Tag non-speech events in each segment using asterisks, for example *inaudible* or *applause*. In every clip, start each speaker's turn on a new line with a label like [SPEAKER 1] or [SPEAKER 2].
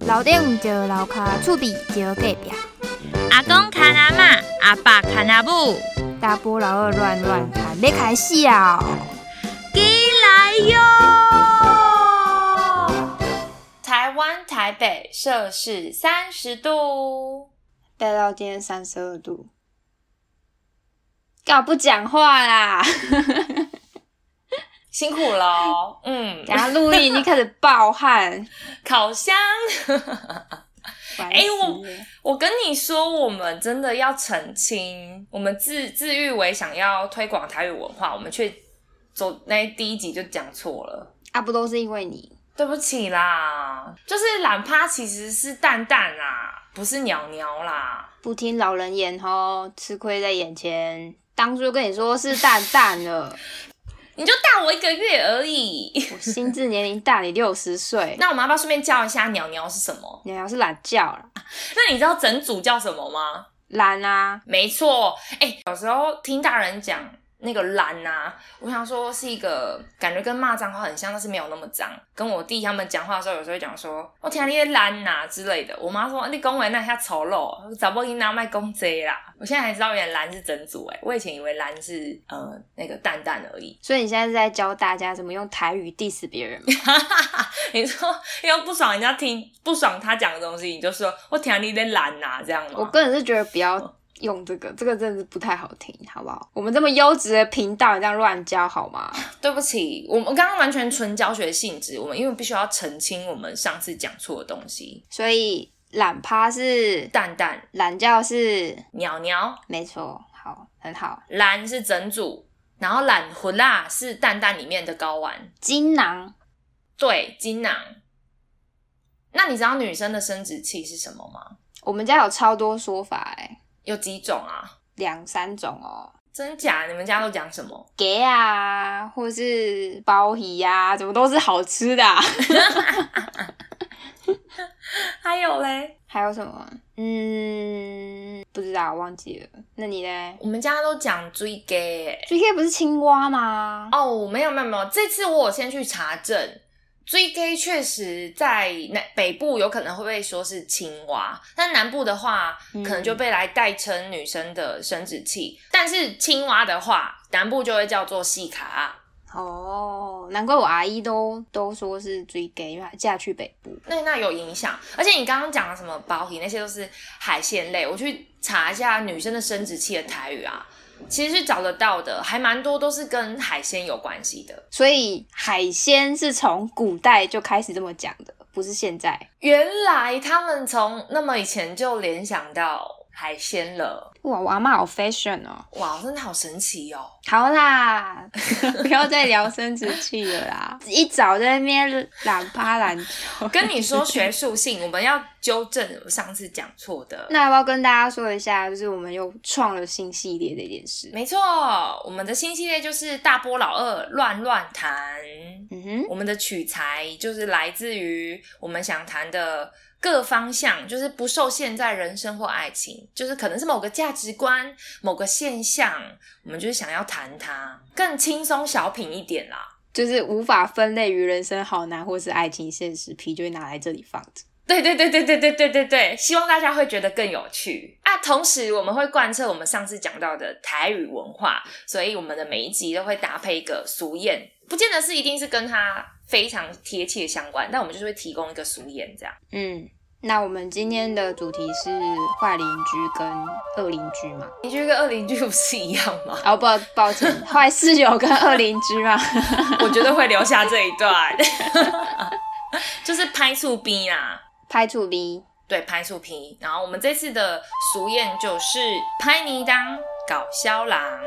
[SPEAKER 1] 楼顶就楼骹，厝边就隔壁，
[SPEAKER 2] 阿公看阿嬷，阿爸看阿母，
[SPEAKER 1] 大波老二乱乱弹，要开始啊！
[SPEAKER 2] 起来哟！
[SPEAKER 3] 台湾台北摄氏三十度。
[SPEAKER 1] 待到今天三十二度，干嘛不讲话啦？ *laughs*
[SPEAKER 3] 辛苦了哦、
[SPEAKER 2] *laughs*
[SPEAKER 3] 嗯，
[SPEAKER 1] 等下录音已经开始暴汗，
[SPEAKER 3] 烤箱。 *laughs*
[SPEAKER 1] 烦
[SPEAKER 3] 哎
[SPEAKER 1] 死
[SPEAKER 3] 我
[SPEAKER 1] 了
[SPEAKER 3] 我跟你说，我们真的要澄清，我们自自誉为想要推广台语文化，我们却走那第一集就讲错了，
[SPEAKER 1] 啊，不都是因为你？
[SPEAKER 3] 对不起啦。就是懒趴其实是蛋蛋啦，不是鸟鸟啦。
[SPEAKER 1] 不听老人言吼，吃亏在眼前。当初跟你说是蛋蛋了， *laughs*
[SPEAKER 3] 你就大我一个月而已。 *laughs*
[SPEAKER 1] 我心智年龄大你六十岁，
[SPEAKER 3] 那我们要不要顺便教一下鸟鸟是什么？
[SPEAKER 1] 你还是懒觉啦，
[SPEAKER 3] 那你知道整组叫什么吗？
[SPEAKER 1] 懒啊，
[SPEAKER 3] 没错，哎、有时候听大人讲那个懒啊，我想说是一个感觉跟骂脏话很像，但是没有那么脏。跟我弟他们讲话的时候，有时候会讲说“我听你在懒呐”之类的。我妈说：“你恭维那下丑陋，找不赢拿卖公贼啦。”我现在才知道，原来懒是整组哎、我以前以为懒是呃那个蛋蛋而已。
[SPEAKER 1] 所以你现在是在教大家怎么用台语 diss 别人吗？
[SPEAKER 3] *laughs* 你说要不爽人家听不爽他讲的东西，你就说“我听你在懒呐”这样吗？
[SPEAKER 1] 我个人是觉得不要用这个，这个真的是不太好听，好不好？我们这么优质的频道，你这样乱教好吗？
[SPEAKER 3] 对不起，我们刚刚完全纯教学性质，我们因为必须要澄清我们上次讲错的东西。
[SPEAKER 1] 所以懒趴是
[SPEAKER 3] 蛋蛋、
[SPEAKER 1] 懒觉是
[SPEAKER 3] 鸟鸟、
[SPEAKER 1] 没错，好，很好。
[SPEAKER 3] 蓝是整组，然后懒混啦是蛋蛋里面的睾丸，
[SPEAKER 1] 精囊
[SPEAKER 3] 对，精囊。那你知道女生的生殖器是什么吗？
[SPEAKER 1] 我们家有超多说法哎、
[SPEAKER 3] 有几种啊？
[SPEAKER 1] 两三种哦、
[SPEAKER 3] 真假？你们家都讲什么？
[SPEAKER 1] 给啊，或是包皮呀、啊，怎么都是好吃的、啊。
[SPEAKER 3] 还有嘞，
[SPEAKER 1] 还有什么？嗯，不知道，忘记了。那你嘞
[SPEAKER 3] 我们家都讲追 gay、欸。
[SPEAKER 1] ？G K 不是青蛙吗？
[SPEAKER 3] 哦，没有没有没有，这次我有先去查证。追 gay 确实在南北部有可能会被说是青蛙，但南部的话，
[SPEAKER 1] 嗯
[SPEAKER 3] 可能就被来代称女生的生殖器。但是青蛙的话，南部就会叫做细卡。
[SPEAKER 1] 哦，难怪我阿姨都都说是 G K，因为她嫁去北部。
[SPEAKER 3] 那那有影响，而且你刚刚讲的什么包皮那些都是海鲜类，我去查一下女生的生殖器的台语啊，其实是找得到的，还蛮多都是跟海鲜有关系的。
[SPEAKER 1] 所以海鲜是从古代就开始这么讲的，不是现在。
[SPEAKER 3] 原来他们从那么以前就联想到海鲜了，
[SPEAKER 1] 哇，我阿妈好 fashion 哦。
[SPEAKER 3] 哇，真的好神奇哦！
[SPEAKER 1] 好啦， *laughs* 不要再聊生殖器了啦，一早在那边懒趴懒觉。
[SPEAKER 3] 跟你说学术性，我们要纠正我上次讲错的。
[SPEAKER 1] 那要不要跟大家说一下，就是我们又创了新系列这件事？
[SPEAKER 3] 没错，我们的新系列就是大波老二乱乱谈，
[SPEAKER 1] 嗯哼，
[SPEAKER 3] 我们的取材就是来自于我们想谈的。各方向就是不受限在人生或爱情，就是可能是某个价值观、某个现象，我们就是想要谈它，更轻松小品一点啦。
[SPEAKER 1] 就是无法分类于人生好难或是爱情现实批，就会拿来这里放着。
[SPEAKER 3] 对对对对对对对对对，希望大家会觉得更有趣啊！同时，我们会贯彻我们上次讲到的台语文化，所以我们的每一集都会搭配一个俗谚，不见得是一定是跟它非常贴切相关，但我们就是会提供一个俗谚这样。
[SPEAKER 1] 嗯，那我们今天的主题是坏邻居跟恶邻居嘛？
[SPEAKER 3] 你觉得跟恶邻居不是一样 *laughs* 吗？
[SPEAKER 1] 哦，不， *laughs* 抱歉，坏室友跟恶邻居嘛。
[SPEAKER 3] 我觉得会留下这一段， *laughs* 就是拍醋逼啦。
[SPEAKER 1] 拍醋逼，
[SPEAKER 3] 对，拍醋皮。然后我们这次的俗谚就是拍泥当搞肖郎，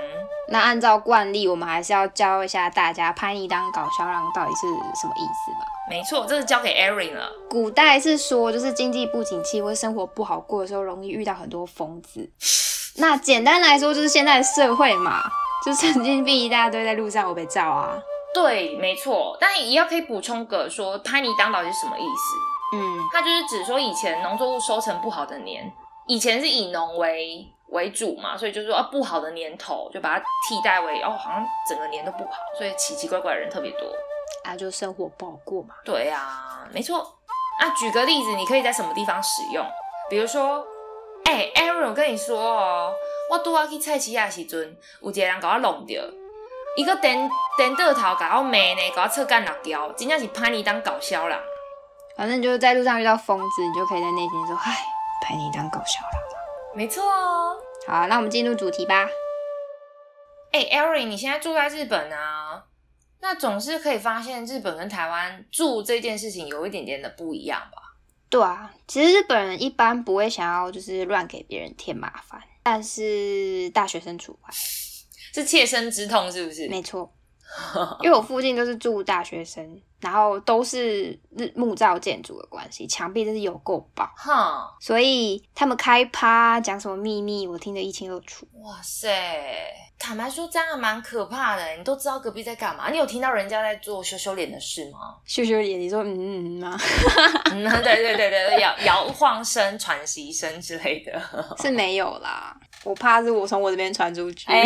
[SPEAKER 1] 那按照惯例，我们还是要教一下大家拍泥当搞笑浪到底是什么意思吧。
[SPEAKER 3] 没错，这是交给 Erin 了。
[SPEAKER 1] 古代是说，就是经济不景气或生活不好过的时候，容易遇到很多疯子。那简单来说，就是现在的社会嘛，就 *laughs* 神经病一大堆在路上，我被照啊。
[SPEAKER 3] 对，没错，但也要可以补充个说，拍泥当到底是什么意思？
[SPEAKER 1] 嗯，
[SPEAKER 3] 它就是指说以前农作物收成不好的年，以前是以农为为主嘛，所以就是说、啊、不好的年头就把它替代为哦，好像整个年都不好，所以奇奇怪怪的人特别多。
[SPEAKER 1] 啊，就生活不好过嘛。
[SPEAKER 3] 对啊，没错。那举个例子，你可以在什么地方使用？比如说，哎、欸、，Aaron，我跟你说哦，我拄啊去菜市啊时阵，有一个人甲我弄着，伊个颠颠倒头甲我骂呢，甲我扯干六条，真正是拍你当搞笑啦。
[SPEAKER 1] 反正你就是在路上遇到疯子，你就可以在内心说：“唉，把你当搞笑了。
[SPEAKER 3] 没错哦。”
[SPEAKER 1] 好，啊那我们进入主题吧。
[SPEAKER 3] 哎、欸、，Aaron，你现在住在日本啊？那总是可以发现日本跟台湾住这件事情有一点点的不一样吧？
[SPEAKER 1] 对啊，其实日本人一般不会想要就是乱给别人添麻烦，但是大学生除外，
[SPEAKER 3] 是切身之痛是不是？
[SPEAKER 1] 没 *laughs* 错。因为我附近就是住大学生，然后都是日木造建筑的关系，墙壁真是有够薄，
[SPEAKER 3] 哼，
[SPEAKER 1] 所以他们开趴讲什么秘密，我听得一清二楚。
[SPEAKER 3] 哇塞！坦白说，这样还蛮可怕的。你都知道隔壁在干嘛，你有听到人家在做羞羞脸的事吗？
[SPEAKER 1] 秀秀眼，你说嗯嗯嗯吗？
[SPEAKER 3] 嗯， *laughs* 对对对对对，摇摇晃声、喘息声之类的。
[SPEAKER 1] 是没有啦，我怕是我从我这边传出去。
[SPEAKER 3] 哎、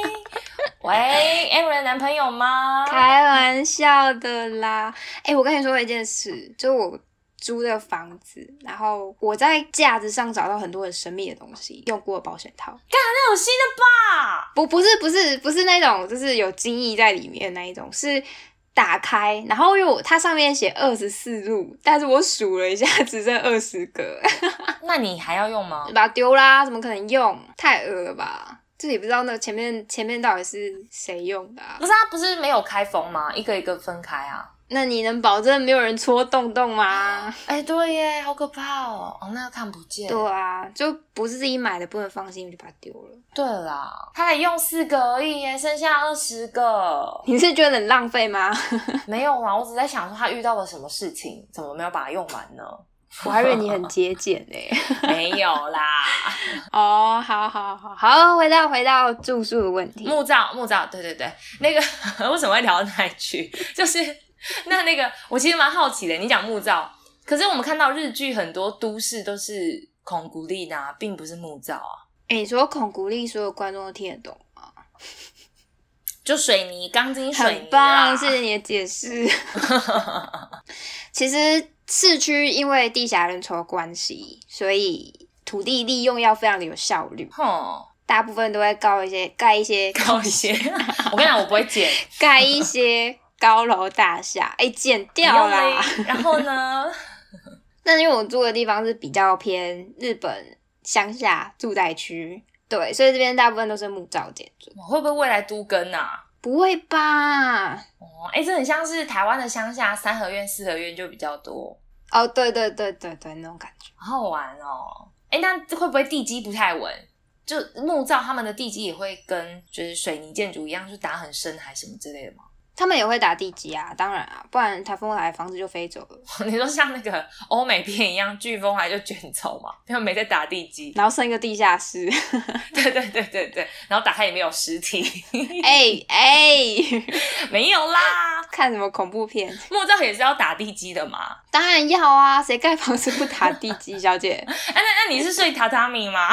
[SPEAKER 3] *laughs* 喂，Aaron 的男朋友吗？
[SPEAKER 1] 开玩笑的啦！哎、我跟你说一件事，就我租的房子，然后我在架子上找到很多很神秘的东西，用过的保险套，
[SPEAKER 3] 那有新的吧？
[SPEAKER 1] 不不是不是不是那种就是有精液在里面的那一种，是打开，然后因为我它上面写二十四入，但是我数了一下， *laughs* 只剩二十个，
[SPEAKER 3] 那你还要用吗
[SPEAKER 1] 就？把它丢啦，怎么可能用？太恶了吧！自己不知道那前面前面到底是谁用的、啊
[SPEAKER 3] 不，是啊，不是没有开封吗？一个一个分开啊。
[SPEAKER 1] 那你能保证没有人戳洞洞吗？
[SPEAKER 3] 哎、对耶，好可怕哦！哦，那个看不见。
[SPEAKER 1] 对啊，就不是自己买的，不能放心，我就把它丢了。
[SPEAKER 3] 对啦，他才用四个而已耶，剩下二十个。
[SPEAKER 1] 你是觉得很浪费 *laughs* 吗？
[SPEAKER 3] 没有啊，我只在想说他遇到了什么事情，怎么没有把它用完呢？
[SPEAKER 1] 我还以为你很节俭欸呢。
[SPEAKER 3] *laughs* 没有啦，
[SPEAKER 1] *laughs* 哦，好好好好，回到回到住宿的问题。
[SPEAKER 3] 木造木造，对对对，那个 *laughs* 为什么会聊到那一句？ *laughs* 就是那那个，我其实蛮好奇的，你讲木造，可是我们看到日剧很多都市都是孔古力啊，并不是木造啊，
[SPEAKER 1] 哎、你说孔古力所有观众都听得懂吗？
[SPEAKER 3] 就水泥、钢筋、水泥、啊，
[SPEAKER 1] 很棒，谢谢你的解 *laughs* 释。其实市区因为地狭人稠的关系，所以土地利用要非常的有效率，
[SPEAKER 3] 吼，
[SPEAKER 1] 大部分都会盖一些盖一 *laughs* 些
[SPEAKER 3] 高一些。我跟你讲，我不
[SPEAKER 1] *laughs*
[SPEAKER 3] 会剪，
[SPEAKER 1] 盖一些高楼大厦，哎、剪掉
[SPEAKER 3] 你
[SPEAKER 1] 啦。
[SPEAKER 3] 用力然后呢？
[SPEAKER 1] 但因为我住的地方是比较偏日本乡下住宅区，对，所以这边大部分都是木造建筑。
[SPEAKER 3] 哇会不会未来都更啊？
[SPEAKER 1] 不会吧？
[SPEAKER 3] 哦，哎、这很像是台湾的乡下，三合院、四合院就比较多，
[SPEAKER 1] 哦，对对对对对，那种感觉。
[SPEAKER 3] 好好玩哦。哎、那会不会地基不太稳？就木造他们的地基也会跟就是水泥建筑一样，就打很深还是什么之类的吗？ *laughs*
[SPEAKER 1] 他们也会打地基啊，当然啊，不然台风来房子就飞走了，
[SPEAKER 3] 你说像那个欧美片一样，飓风来就卷走嘛，他们没在打地基。
[SPEAKER 1] 然后剩一个地下室。 *laughs*
[SPEAKER 3] 对对对对对，然后打开里面有尸体， *laughs*
[SPEAKER 1] 哎哎， *laughs*
[SPEAKER 3] 没有啦。
[SPEAKER 1] 看什么恐怖片？
[SPEAKER 3] 木造也是要打地基的嘛？
[SPEAKER 1] 当然要啊，谁盖房子不打地基？小姐，
[SPEAKER 3] 哎、那那你是睡榻榻米吗？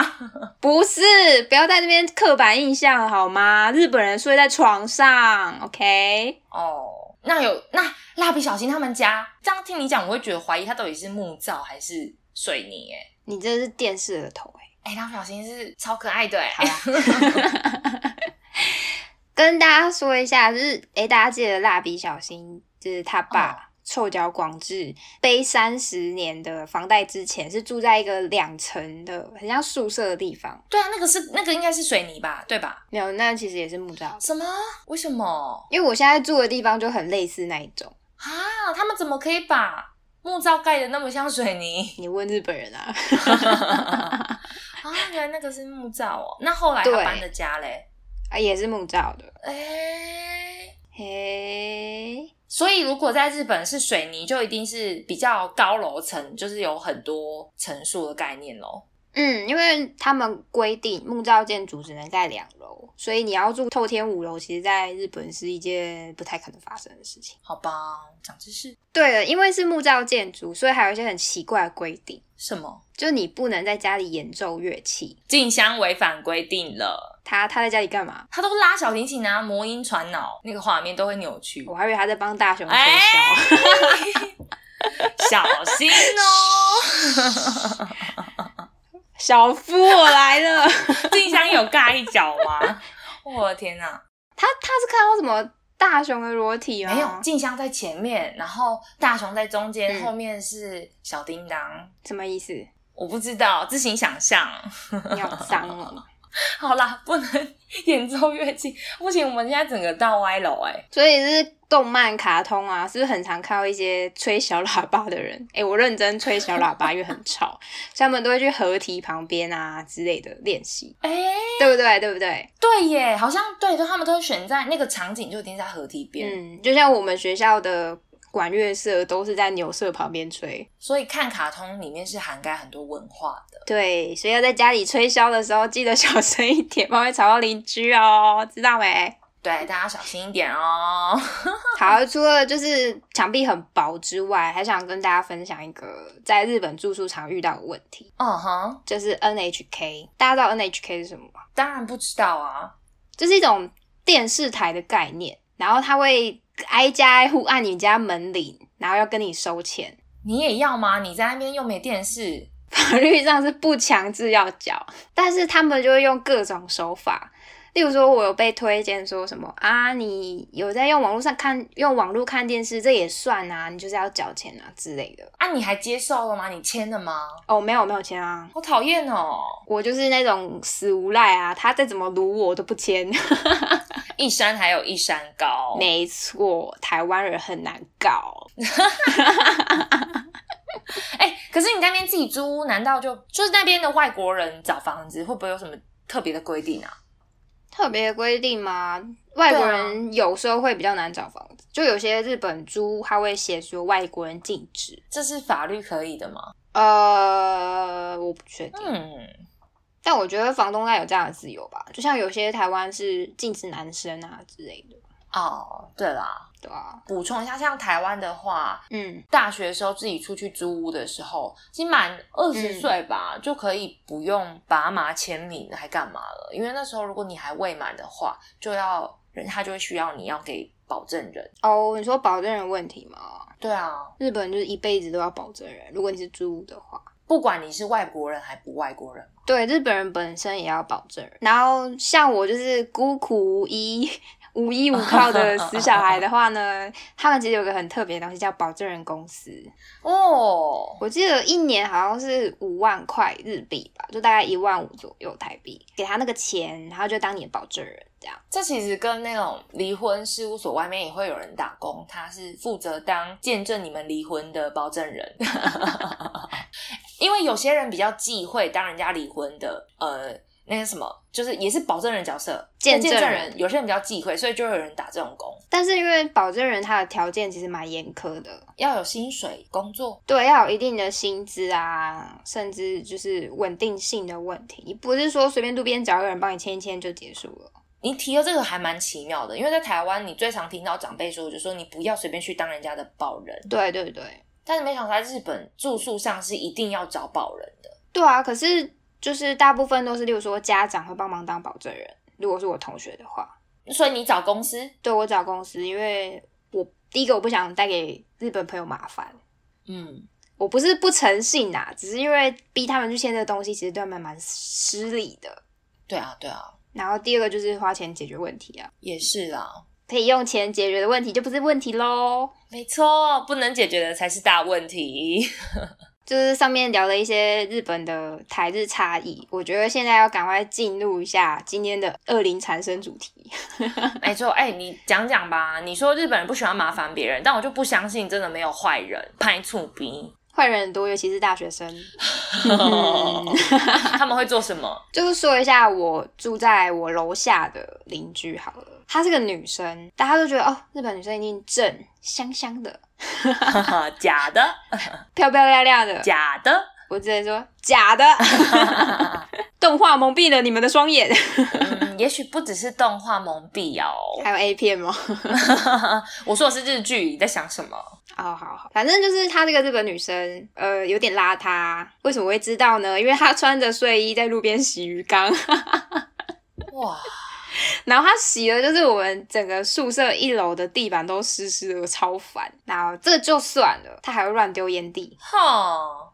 [SPEAKER 1] 不是，不要在那边刻板印象了好吗？日本人睡在床上，OK？
[SPEAKER 3] 哦，那有那蜡笔小新他们家，这样听你讲，我会觉得怀疑他到底是木造还是水泥、欸？
[SPEAKER 1] 你这是电视的头哎、
[SPEAKER 3] 哎、蜡笔小新是超可爱的、欸，
[SPEAKER 1] 跟大家说一下，就是哎、诶大家记得蜡笔小新，就是他爸。
[SPEAKER 3] 哦
[SPEAKER 1] 臭脚广志背三十年的房贷之前，是住在一个两层的很像宿舍的地方。
[SPEAKER 3] 对啊，那个是那个应该是水泥吧，对吧？
[SPEAKER 1] 没有，那其实也是木造，
[SPEAKER 3] 什么？为什么
[SPEAKER 1] 因为我现在住的地方就很类似那一种。
[SPEAKER 3] 啊？他们怎么可以把木造盖的那么像水泥 *laughs*
[SPEAKER 1] 你问日本人啊？ *laughs*
[SPEAKER 3] 啊？原来那个是木造哦。那后来他
[SPEAKER 1] 对
[SPEAKER 3] 搬的家嘞？
[SPEAKER 1] 啊，也是木造的。
[SPEAKER 3] 哎、
[SPEAKER 1] 嘿，
[SPEAKER 3] 所以，如果在日本是水泥，就一定是比较高楼层，就是有很多层数的概念咯。
[SPEAKER 1] 嗯，因为他们规定木造建筑只能盖两楼，所以你要住透天五楼，其实在日本是一件不太可能发生的事情。
[SPEAKER 3] 好吧，长知识。
[SPEAKER 1] 对了，因为是木造建筑，所以还有一些很奇怪的规定，
[SPEAKER 3] 什么？
[SPEAKER 1] 就你不能在家里演奏乐器。
[SPEAKER 3] 静香违反规定了，
[SPEAKER 1] 他他在家里干嘛？
[SPEAKER 3] 他都拉小提琴啊，魔音传脑，那个画面都会扭曲
[SPEAKER 1] 我。还以为他在帮大雄吹箫。
[SPEAKER 3] 哎 *laughs* 小心 *laughs* 哦！
[SPEAKER 1] 小夫，我来了。
[SPEAKER 3] 静香有尬一脚 *laughs* 吗？我的天哪，
[SPEAKER 1] 他他是看到什么大熊的裸体吗？
[SPEAKER 3] 没有，啊静香在前面，然后大雄在中间，
[SPEAKER 1] 嗯
[SPEAKER 3] 后面是小叮当。
[SPEAKER 1] 什么意思？
[SPEAKER 3] 我不知道，自行想象。 *laughs*
[SPEAKER 1] 你好脏哦。
[SPEAKER 3] 好啦，不能 *laughs* 演奏乐器，不行，我们现在整个到歪楼哎、
[SPEAKER 1] 所以是动漫、卡通啊，是不是很常看到一些吹小喇叭的人？哎、我认真吹小喇叭，因为很吵，所以他们都会去河堤旁边啊之类的练习，
[SPEAKER 3] 哎、
[SPEAKER 1] 对不对？对不对？
[SPEAKER 3] 对耶，好像对，就他们都会选在那个场景，就一定在河堤边。
[SPEAKER 1] 嗯，就像我们学校的管乐社都是在牛舍旁边吹，
[SPEAKER 3] 所以看卡通里面是涵盖很多文化的。
[SPEAKER 1] 对，所以要在家里吹箫的时候记得小声一点， *laughs* 不然会吵到邻居哦，知道没？
[SPEAKER 3] 对，大家小心一点哦。 *laughs*
[SPEAKER 1] 好，除了就是墙壁很薄之外，还想跟大家分享一个在日本住宿常遇到的问题，
[SPEAKER 3] 嗯哼，
[SPEAKER 1] 就是 NHK。大家知道 NHK 是什么吗？
[SPEAKER 3] 当然不知道啊。
[SPEAKER 1] 就是一种电视台的概念，然后它会挨家挨户按你家门铃，然后要跟你收钱。
[SPEAKER 3] 你也要吗？你在那边又没电视，
[SPEAKER 1] *laughs* 法律上是不强制要缴，但是他们就会用各种手法。例如说，我有被推荐说什么啊，你有在用网络上看用网络看电视，这也算啊，你就是要缴钱啊之类的。
[SPEAKER 3] 啊，你还接受了吗？你签了吗？
[SPEAKER 1] 哦，没有没有签啊，
[SPEAKER 3] 好讨厌哦，
[SPEAKER 1] 我就是那种死无赖啊，他再怎么撸我我都不签。 *laughs*
[SPEAKER 3] 一山还有一山高。
[SPEAKER 1] 没错，台湾人很难搞。
[SPEAKER 3] 哎、可是你在那边自己租屋，难道就就是那边的外国人找房子会不会有什么特别的规定啊？
[SPEAKER 1] 特别规定吗？外国人有时候会比较难找房子，就有些日本租他会写说外国人禁止。
[SPEAKER 3] 这是法律可以的吗？
[SPEAKER 1] 呃，我不确定，
[SPEAKER 3] 嗯，
[SPEAKER 1] 但我觉得房东该有这样的自由吧，就像有些台湾是禁止男生啊之类的，
[SPEAKER 3] 哦，对啦，
[SPEAKER 1] 对啊，
[SPEAKER 3] 补充一下，像台湾的话，
[SPEAKER 1] 嗯，
[SPEAKER 3] 大学的时候自己出去租屋的时候，其实满二十岁吧、就可以不用拔麻签名，还干嘛了？因为那时候如果你还未满的话，就要人他就会需要你要给保证人。
[SPEAKER 1] 哦，你说保证人问题吗？
[SPEAKER 3] 对啊，
[SPEAKER 1] 日本就是一辈子都要保证人，如果你是租屋的话，
[SPEAKER 3] 不管你是外国人还不外国人，
[SPEAKER 1] 对，日本人本身也要保证人。然后像我就是孤苦无依、无依无靠的死小孩的话呢，他们其实有个很特别的东西叫保证人公司。
[SPEAKER 3] 哦，
[SPEAKER 1] 我记得一年好像是五万块日币吧，就大概一万五左右台币，给他那个钱，然后就当你的保证人这样。
[SPEAKER 3] 这其实跟那种离婚事务所外面也会有人打工，他是负责当见证你们离婚的保证人。 *laughs* 因为有些人比较忌讳当人家离婚的，呃，那个什么，就是也是保证人角色，
[SPEAKER 1] 见证
[SPEAKER 3] 见
[SPEAKER 1] 人
[SPEAKER 3] 证人，有些人比较忌讳，所以就会有人打这种工，
[SPEAKER 1] 但是因为保证人他的条件其实蛮严苛的，
[SPEAKER 3] 要有薪水工作。
[SPEAKER 1] 对，要有一定的薪资啊，甚至就是稳定性的问题。你不是说随便路边找一个人帮你签一签就结束了。
[SPEAKER 3] 你提的这个还蛮奇妙的，因为在台湾，你最常听到长辈说，就说你不要随便去当人家的保人，
[SPEAKER 1] 对对对，
[SPEAKER 3] 但是没想到在日本住宿上是一定要找保人的。
[SPEAKER 1] 对啊，可是就是大部分都是，例如说家长会帮忙当保证人。如果是我同学的话，
[SPEAKER 3] 所以你找公司
[SPEAKER 1] 对我找公司，因为我第一个我不想带给日本朋友麻烦，
[SPEAKER 3] 嗯，
[SPEAKER 1] 我不是不诚信呐、只是因为逼他们去签这个东西，其实对他们蛮失礼的。
[SPEAKER 3] 对啊，对啊，
[SPEAKER 1] 然后第二个就是花钱解决问题啊，
[SPEAKER 3] 也是啦，
[SPEAKER 1] 可以用钱解决的问题就不是问题喽。
[SPEAKER 3] 没错，不能解决的才是大问题。 *laughs*
[SPEAKER 1] 就是上面聊了一些日本的台日差异，我觉得现在要赶快进入一下今天的恶灵缠身主题。 *laughs*
[SPEAKER 3] 没错，哎、你讲讲吧。你说日本人不喜欢麻烦别人，但我就不相信真的没有坏人拍醋逼，
[SPEAKER 1] 坏人很多，尤其是大学生。
[SPEAKER 3] *laughs* 他们会做什 *laughs* 么？
[SPEAKER 1] 就是说一下我住在我楼下的邻居好了，她是个女生，大家都觉得哦，日本女生一定正香香的、
[SPEAKER 3] 假的，
[SPEAKER 1] 漂漂亮亮的。
[SPEAKER 3] 假的。
[SPEAKER 1] 我只能说假的， *laughs* 动画蒙蔽了你们的双眼。
[SPEAKER 3] 嗯，也许不只是动画蒙蔽哦。 *laughs*
[SPEAKER 1] 还有 A 片吗？
[SPEAKER 3] 我说的是日剧，你在想什么？
[SPEAKER 1] *laughs* 哦，好好，反正就是她这个日本女生，呃，有点邋遢。为什么会知道呢？因为她穿着睡衣在路边洗鱼缸。
[SPEAKER 3] 哇，
[SPEAKER 1] *laughs* 然后它洗了，就是我们整个宿舍一楼的地板都湿湿的，我超烦。然后这就算了，它还会乱丢烟蒂。
[SPEAKER 3] *laughs* 哼，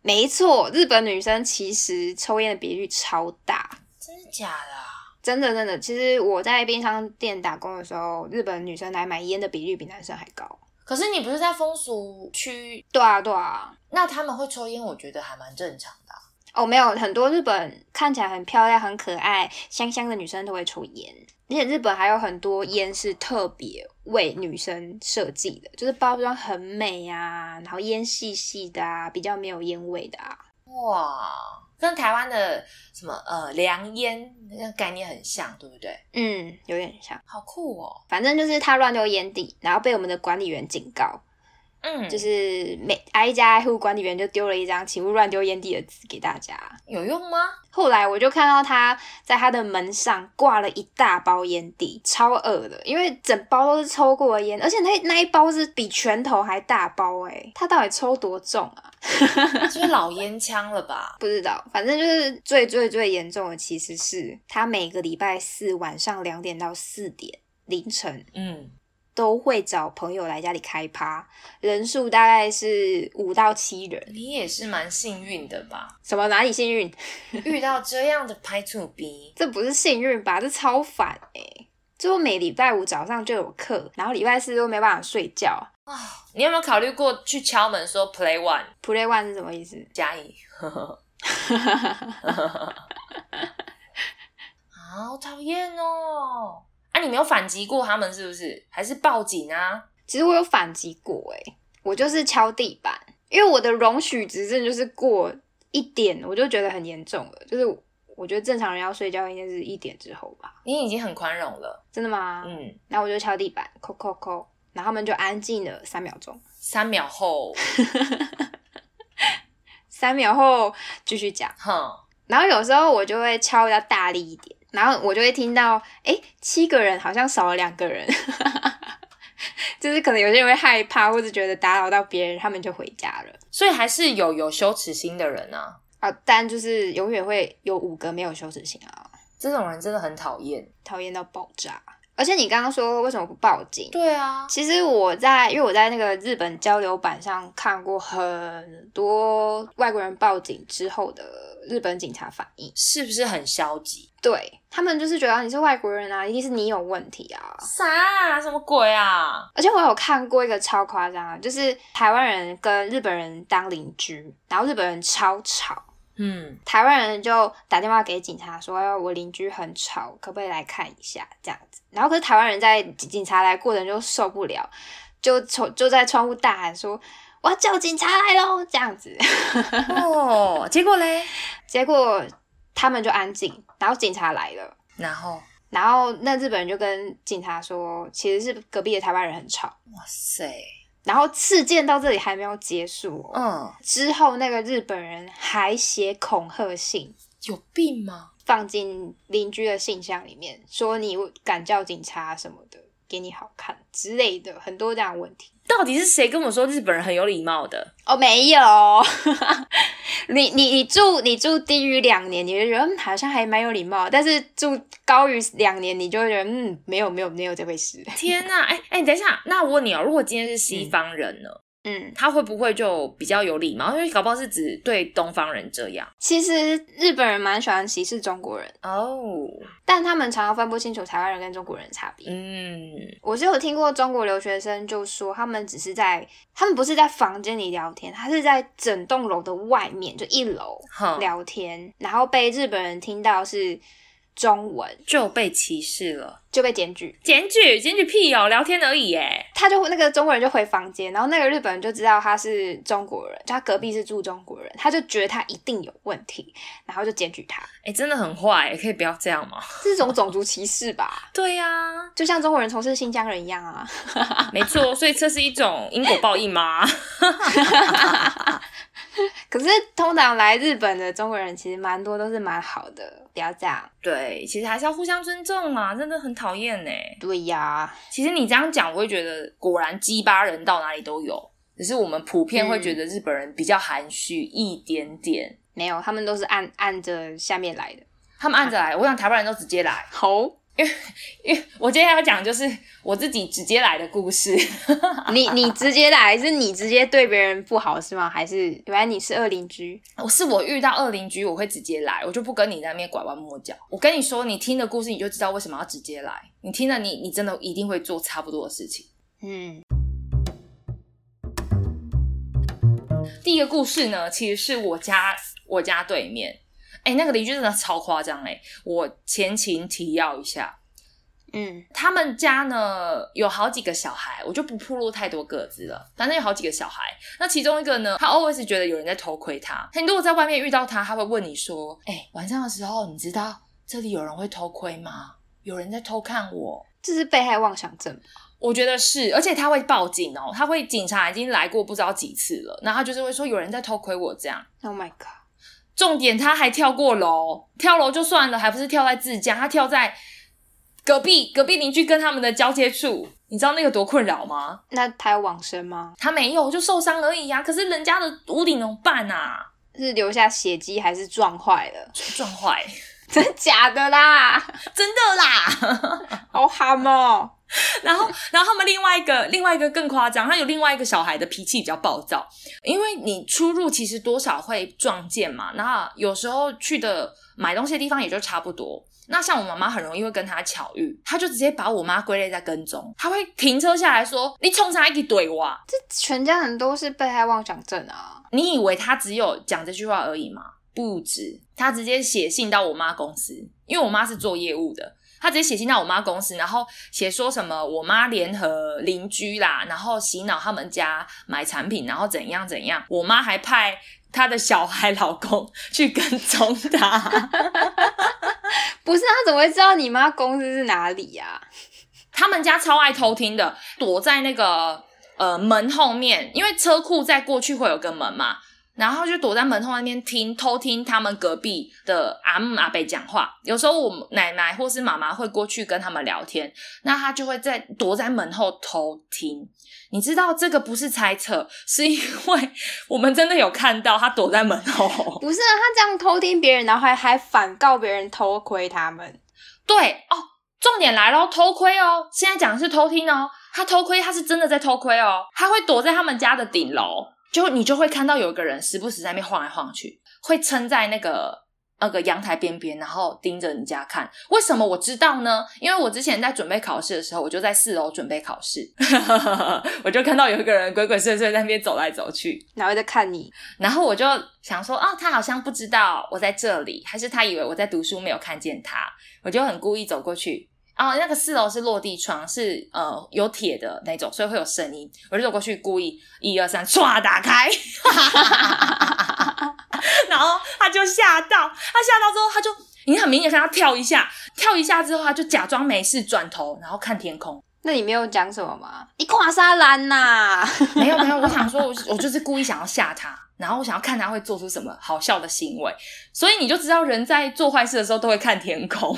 [SPEAKER 1] 没错，日本女生其实抽烟的比率超大，
[SPEAKER 3] 真的假的啊？
[SPEAKER 1] 真的真的。其实我在便利商店打工的时候，日本女生来买烟的比率比男生还高。
[SPEAKER 3] 可是你不是在风俗区，
[SPEAKER 1] 对啊对啊，
[SPEAKER 3] 那他们会抽烟，我觉得还蛮正常的啊、
[SPEAKER 1] 哦没有，很多日本看起来很漂亮、很可爱、香香的女生都会抽烟，而且日本还有很多烟是特别为女生设计的，就是包装很美啊，然后烟细细的啊，比较没有烟味的啊。
[SPEAKER 3] 哇，跟台湾的什么呃凉烟那个概念很像，对不对？
[SPEAKER 1] 嗯，有点像。
[SPEAKER 3] 好酷哦。
[SPEAKER 1] 反正就是他乱丢烟蒂，然后被我们的管理员警告，
[SPEAKER 3] 嗯，就
[SPEAKER 1] 就是是每挨家挨户管理员就丢了一张“请勿乱丢烟蒂”的纸给大家。
[SPEAKER 3] 有用吗？
[SPEAKER 1] 后来我就看到他在他的门上挂了一大包烟蒂，超恶的，因为整包都是抽过的烟，而且那那一包是比拳头还大包诶、他到底抽多重啊？
[SPEAKER 3] 就是老烟枪了吧？
[SPEAKER 1] 不知道，反正就是最最最严重的其实是他每个礼拜四晚上两点到四点凌晨
[SPEAKER 3] 嗯，
[SPEAKER 1] 都会找朋友来家里开趴，人数大概是五到七人。
[SPEAKER 3] *laughs* 你也是蛮幸运的吧？
[SPEAKER 1] 什么哪里幸运？
[SPEAKER 3] 遇到这样的拍醋逼，
[SPEAKER 1] 这不是幸运吧？这超烦哎、就每礼拜五早上就有课，然后礼拜四都没办法睡觉。
[SPEAKER 3] 你有没有考虑过去敲门说 play one
[SPEAKER 1] Play one 是什么意思？
[SPEAKER 3] 加一？ *laughs* 好讨厌哦！啊，你没有反击过他们是不是？还是报警啊？
[SPEAKER 1] 其实我有反击过哎、我就是敲地板，因为我的容许值真的就是过一点，我就觉得很严重了。就是我觉得正常人要睡觉应该是一点之后吧？
[SPEAKER 3] 你已经很宽容了，
[SPEAKER 1] 真的吗？
[SPEAKER 3] 嗯，
[SPEAKER 1] 然后我就敲地板，扣扣扣，然后他们就安静了三秒钟。
[SPEAKER 3] 三秒后，
[SPEAKER 1] 三秒后继续讲。
[SPEAKER 3] 哼，
[SPEAKER 1] 然后有时候我就会敲比较大力一点，然后我就会听到，哎，七个人好像少了两个人， *laughs* 就是可能有些人会害怕，或者觉得打扰到别人，他们就回家了。
[SPEAKER 3] 所以还是有有羞耻心的人啊，
[SPEAKER 1] 啊，但就是永远会有五个没有羞耻心啊，
[SPEAKER 3] 这种人真的很讨厌。
[SPEAKER 1] 讨厌到爆炸。而且你刚刚说为什么不报警？
[SPEAKER 3] 对啊，
[SPEAKER 1] 其实我在，因为我在那个日本交流版上看过很多外国人报警之后的日本警察反应，
[SPEAKER 3] 是不是很消极？
[SPEAKER 1] 对他们就是觉得啊你是外国人啊，一定是你有问题啊。
[SPEAKER 3] 啥、啊？什么鬼啊？
[SPEAKER 1] 而且我有看过一个超夸张的，就是台湾人跟日本人当邻居，然后日本人超吵，
[SPEAKER 3] 嗯，
[SPEAKER 1] 台湾人就打电话给警察说：“哎我邻居很吵，可不可以来看一下？”这样子。然后可是台湾人在警察来过程就受不了，就从就在窗户大喊说：“我要叫警察来喽！”这样子， *laughs*
[SPEAKER 3] 哦，结果嘞，
[SPEAKER 1] 结果他们就安静，然后警察来了。
[SPEAKER 3] 然后，
[SPEAKER 1] 然后那日本人就跟警察说，其实是隔壁的台湾人很吵。
[SPEAKER 3] 哇塞，
[SPEAKER 1] 然后事件到这里还没有结束、哦，
[SPEAKER 3] 嗯，
[SPEAKER 1] 之后那个日本人还写恐吓信
[SPEAKER 3] 有病吗？
[SPEAKER 1] 放进邻居的信箱里面，说你敢叫警察什么的，给你好看之类的，很多这样的问题。
[SPEAKER 3] 到底是谁跟我说日本人很有礼貌的？
[SPEAKER 1] 哦，没有， *laughs* 你你你住你住低于两年，你就觉得嗯好像还蛮有礼貌，但是住高于两年，你就会觉得嗯没有没有没有这回事，
[SPEAKER 3] 天呐、哎、哎、你等一下，那我问你哦，如果今天是西方人呢，
[SPEAKER 1] 嗯。
[SPEAKER 3] 他会不会就比较有礼貌？因为搞不好是只对东方人这样
[SPEAKER 1] 其实日本人蛮喜欢歧视中国人，
[SPEAKER 3] 哦。
[SPEAKER 1] 但他们常常分不清楚台湾人跟中国人的差别。
[SPEAKER 3] 嗯，
[SPEAKER 1] 我是有听过中国留学生就说，他们只是在，他们不是在房间里聊天，他是在整栋楼的外面，就一楼
[SPEAKER 3] 好，
[SPEAKER 1] 聊天，然后被日本人听到是中文，
[SPEAKER 3] 就被歧视了，
[SPEAKER 1] 就被检举。
[SPEAKER 3] 检举检举屁哦，聊天而已耶。
[SPEAKER 1] 他就那个中国人就回房间，然后那个日本人就知道他是中国人，就他隔壁是住中国人，他就觉得他一定有问题，然后就检举他，
[SPEAKER 3] 哎、真的很坏耶，可以不要这样吗？
[SPEAKER 1] 这是种种族歧视吧？
[SPEAKER 3] 对呀、
[SPEAKER 1] 就像中国人从事新疆人一样啊。
[SPEAKER 3] 没 *laughs* 错，所以这是一种因果报应吗？
[SPEAKER 1] 可是通常来日本的中国人其实蛮多都是蛮好的，不要这样。
[SPEAKER 3] *laughs* 对，其实还是要互相尊重嘛，真的很讨厌呢。
[SPEAKER 1] 对呀、
[SPEAKER 3] 其实你这样讲，我会觉得果然鸡巴人到哪里都有，只是我们普遍会觉得日本人比较含蓄一点点。
[SPEAKER 1] 没有，他们都是按按着下面来的。
[SPEAKER 3] *laughs* 他们按着来，我想台湾人都直接来。
[SPEAKER 1] 好，
[SPEAKER 3] 因为我接下来要讲就是我自己直接来的故事。
[SPEAKER 1] *laughs* 你你直接来，是你直接对别人不好是吗？还是原来你是恶邻居？
[SPEAKER 3] 我是我遇到二邻居，我会直接来，我就不跟你在那边拐弯抹角。我跟你说，你听的故事你就知道为什么要直接来。你听了你，你真的一定会做差不多的事情。
[SPEAKER 1] 嗯，
[SPEAKER 3] 第一个故事呢，其实是我家我家对面，哎、那个邻居真的超夸张哎！我前情提要一下，
[SPEAKER 1] 嗯
[SPEAKER 3] 他们家呢有好几个小孩，我就不暴露太多个子了。反正有好几个小孩，那其中一个呢，他 always 觉得有人在偷窥他。你如果在外面遇到他，他会问你说：“哎、晚上的时候，你知道这里有人会偷窥吗？有人在偷看我。”
[SPEAKER 1] 这是被害妄想症吧。
[SPEAKER 3] 我觉得是，而且他会报警哦，他会警察已经来过不知道几次了，然后他就是会说有人在偷窥我这样。
[SPEAKER 1] Oh my god！
[SPEAKER 3] 重点他还跳过楼，跳楼就算了，还不是跳在自家，他跳在隔壁隔壁邻居跟他们的交接处，你知道那个多困扰吗？
[SPEAKER 1] 那他有往生吗？
[SPEAKER 3] 他没有，就受伤而已啊。可是人家的屋顶怎么办啊？
[SPEAKER 1] 是留下血迹还是撞坏了？ *laughs*
[SPEAKER 3] 撞坏，
[SPEAKER 1] 真假的啦，
[SPEAKER 3] *laughs* 真的啦。
[SPEAKER 1] 好憨哦。
[SPEAKER 3] *laughs* 然后，然后他们另外一个另外一个更夸张，他有另外一个小孩的脾气比较暴躁，因为你出入其实多少会撞见嘛，那有时候去的买东西的地方也就差不多。那像我妈妈很容易会跟他巧遇，他就直接把我妈归类在跟踪，他会停车下来说：“你冲啥一起怼我啊？”
[SPEAKER 1] 全家人都是被害妄想症啊！
[SPEAKER 3] 你以为他只有讲这句话而已吗？不止，他直接写信到我妈公司，因为我妈是做业务的，他直接写信到我妈公司，然后写说什么我妈联合邻居啦，然后洗脑他们家买产品，然后怎样怎样，我妈还派她的小孩老公去跟踪他。
[SPEAKER 1] 不是啊他怎么会知道你妈公司是哪里呀、
[SPEAKER 3] 他们家超爱偷听的，躲在那个呃门后面，因为车库在过去会有个门嘛，然后就躲在门后那边听，偷听他们隔壁的阿姆阿伯讲话。有时候我奶奶或是妈妈会过去跟他们聊天，那他就会在躲在门后偷听。你知道这个不是猜测，是因为我们真的有看到他躲在门后。
[SPEAKER 1] 不是啊，他这样偷听别人，然后还还反告别人偷窥他们。
[SPEAKER 3] 对哦，重点来喽，偷窥哦！现在讲的是偷听哦，他偷窥，他是真的在偷窥哦，他会躲在他们家的顶楼，就你就会看到有一个人时不时在那边晃来晃去，会撑在那个。那个阳台边边，然后盯着人家看，为什么我知道呢？因为我之前在准备考试的时候，我就在四楼准备考试， *laughs* 我就看到有一个人鬼鬼祟祟在那边走来走去，
[SPEAKER 1] 然后在看你，
[SPEAKER 3] 然后我就想说，哦，他好像不知道我在这里，还是他以为我在读书没有看见他，我就很故意走过去。哦，那个四楼是落地窗，是呃有铁的那种，所以会有声音。我就走过去，故意一二 *laughs* 三，唰打开，然后他就吓到，他吓到之后，他就你很明显看他跳一下，跳一下之后，他就假装没事，转头然后看天空。
[SPEAKER 1] 那你没有讲什么吗？你跨沙兰呐！ *laughs*
[SPEAKER 3] *laughs* 没有没有，我想说我，我就是故意想要吓他，然后我想要看他会做出什么好笑的行为，所以你就知道人在做坏事的时候都会看天空，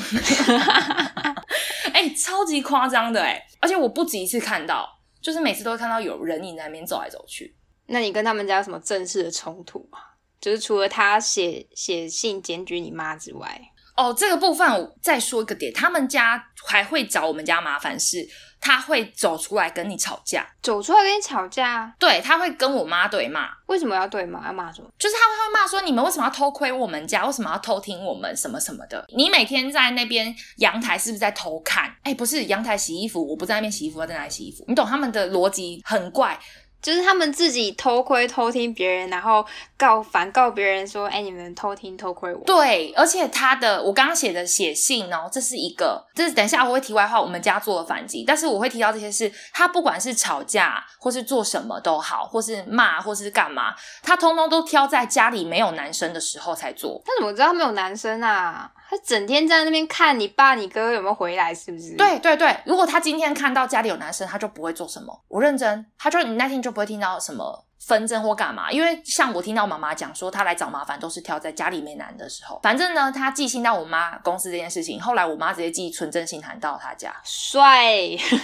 [SPEAKER 3] *laughs* 哎、超级夸张的哎、而且我不止一次看到，就是每次都会看到有人影在那边走来走去，
[SPEAKER 1] 那你跟他们家有什么正式的冲突吗？就是除了他写写信检举你妈之外，
[SPEAKER 3] 哦，这个部分我再说一个点，他们家还会找我们家麻烦是，他会走出来跟你吵架，
[SPEAKER 1] 走出来跟你吵架，
[SPEAKER 3] 对他会跟我妈对骂，
[SPEAKER 1] 为什么要对骂？要骂什么？
[SPEAKER 3] 就是他们会骂说你们为什么要偷窥我们家，为什么要偷听我们什么什么的？你每天在那边阳台是不是在偷看？哎、不是阳台洗衣服，我不在那边洗衣服，我在哪里洗衣服？你懂他们的逻辑很怪，
[SPEAKER 1] 就是他们自己偷窥、偷听别人，然后告反告别人说：“哎、你们偷听、偷窥我。”，
[SPEAKER 3] 对，而且他的我刚刚写的写信哦，这是一个，这是等一下我会题外话，我们家做了反击，但是我会提到这些事，他不管是吵架或是做什么都好，或是骂或是干嘛，他通通都挑在家里没有男生的时候才做。
[SPEAKER 1] 他怎么知道没有男生啊？他整天在那边看你爸、你哥有没有回来，是不是？，
[SPEAKER 3] 对对对，如果他今天看到家里有男生，他就不会做什么。我认真，他就你那天就不会听到什么纷争或干嘛，因为像我听到妈妈讲说，她来找麻烦都是挑在家里没男的时候。反正呢，她寄信到我妈公司这件事情，后来我妈直接寄纯正信函到她家。
[SPEAKER 1] 帅， *laughs*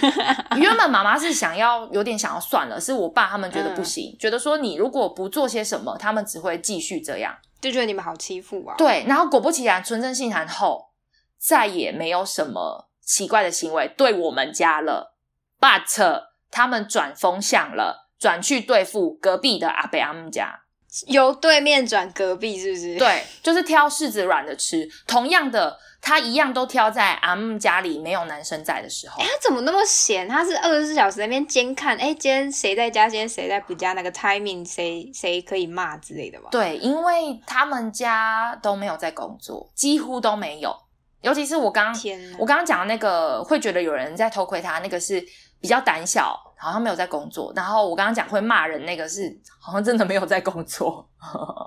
[SPEAKER 3] 原本妈妈是想要有点想要算了，是我爸他们觉得不行，觉得说你如果不做些什么，他们只会继续这样。
[SPEAKER 1] 就觉得你们好欺负啊。，
[SPEAKER 3] 对，然后果不其然，纯正信函后再也没有什么奇怪的行为对我们家了，but 他们转风向了，转去对付隔壁的阿北阿姆家。
[SPEAKER 1] 由对面转隔壁是不是？，
[SPEAKER 3] 对，就是挑柿子软的吃。同样的，他一样都挑在阿姆家里没有男生在的时候
[SPEAKER 1] 哎、。他怎么那么闲？他是二十四小时在那边监看，哎、今天谁在家，今天谁在不家，那个 timing 谁谁可以骂之类的吧？
[SPEAKER 3] 对，因为他们家都没有在工作，几乎都没有。尤其是我刚
[SPEAKER 1] 天哪
[SPEAKER 3] 我！刚刚讲的那个，会觉得有人在偷窥他，那个是比较胆小，好像没有在工作。然后我刚刚讲会骂人，那个是好像真的没有在工作。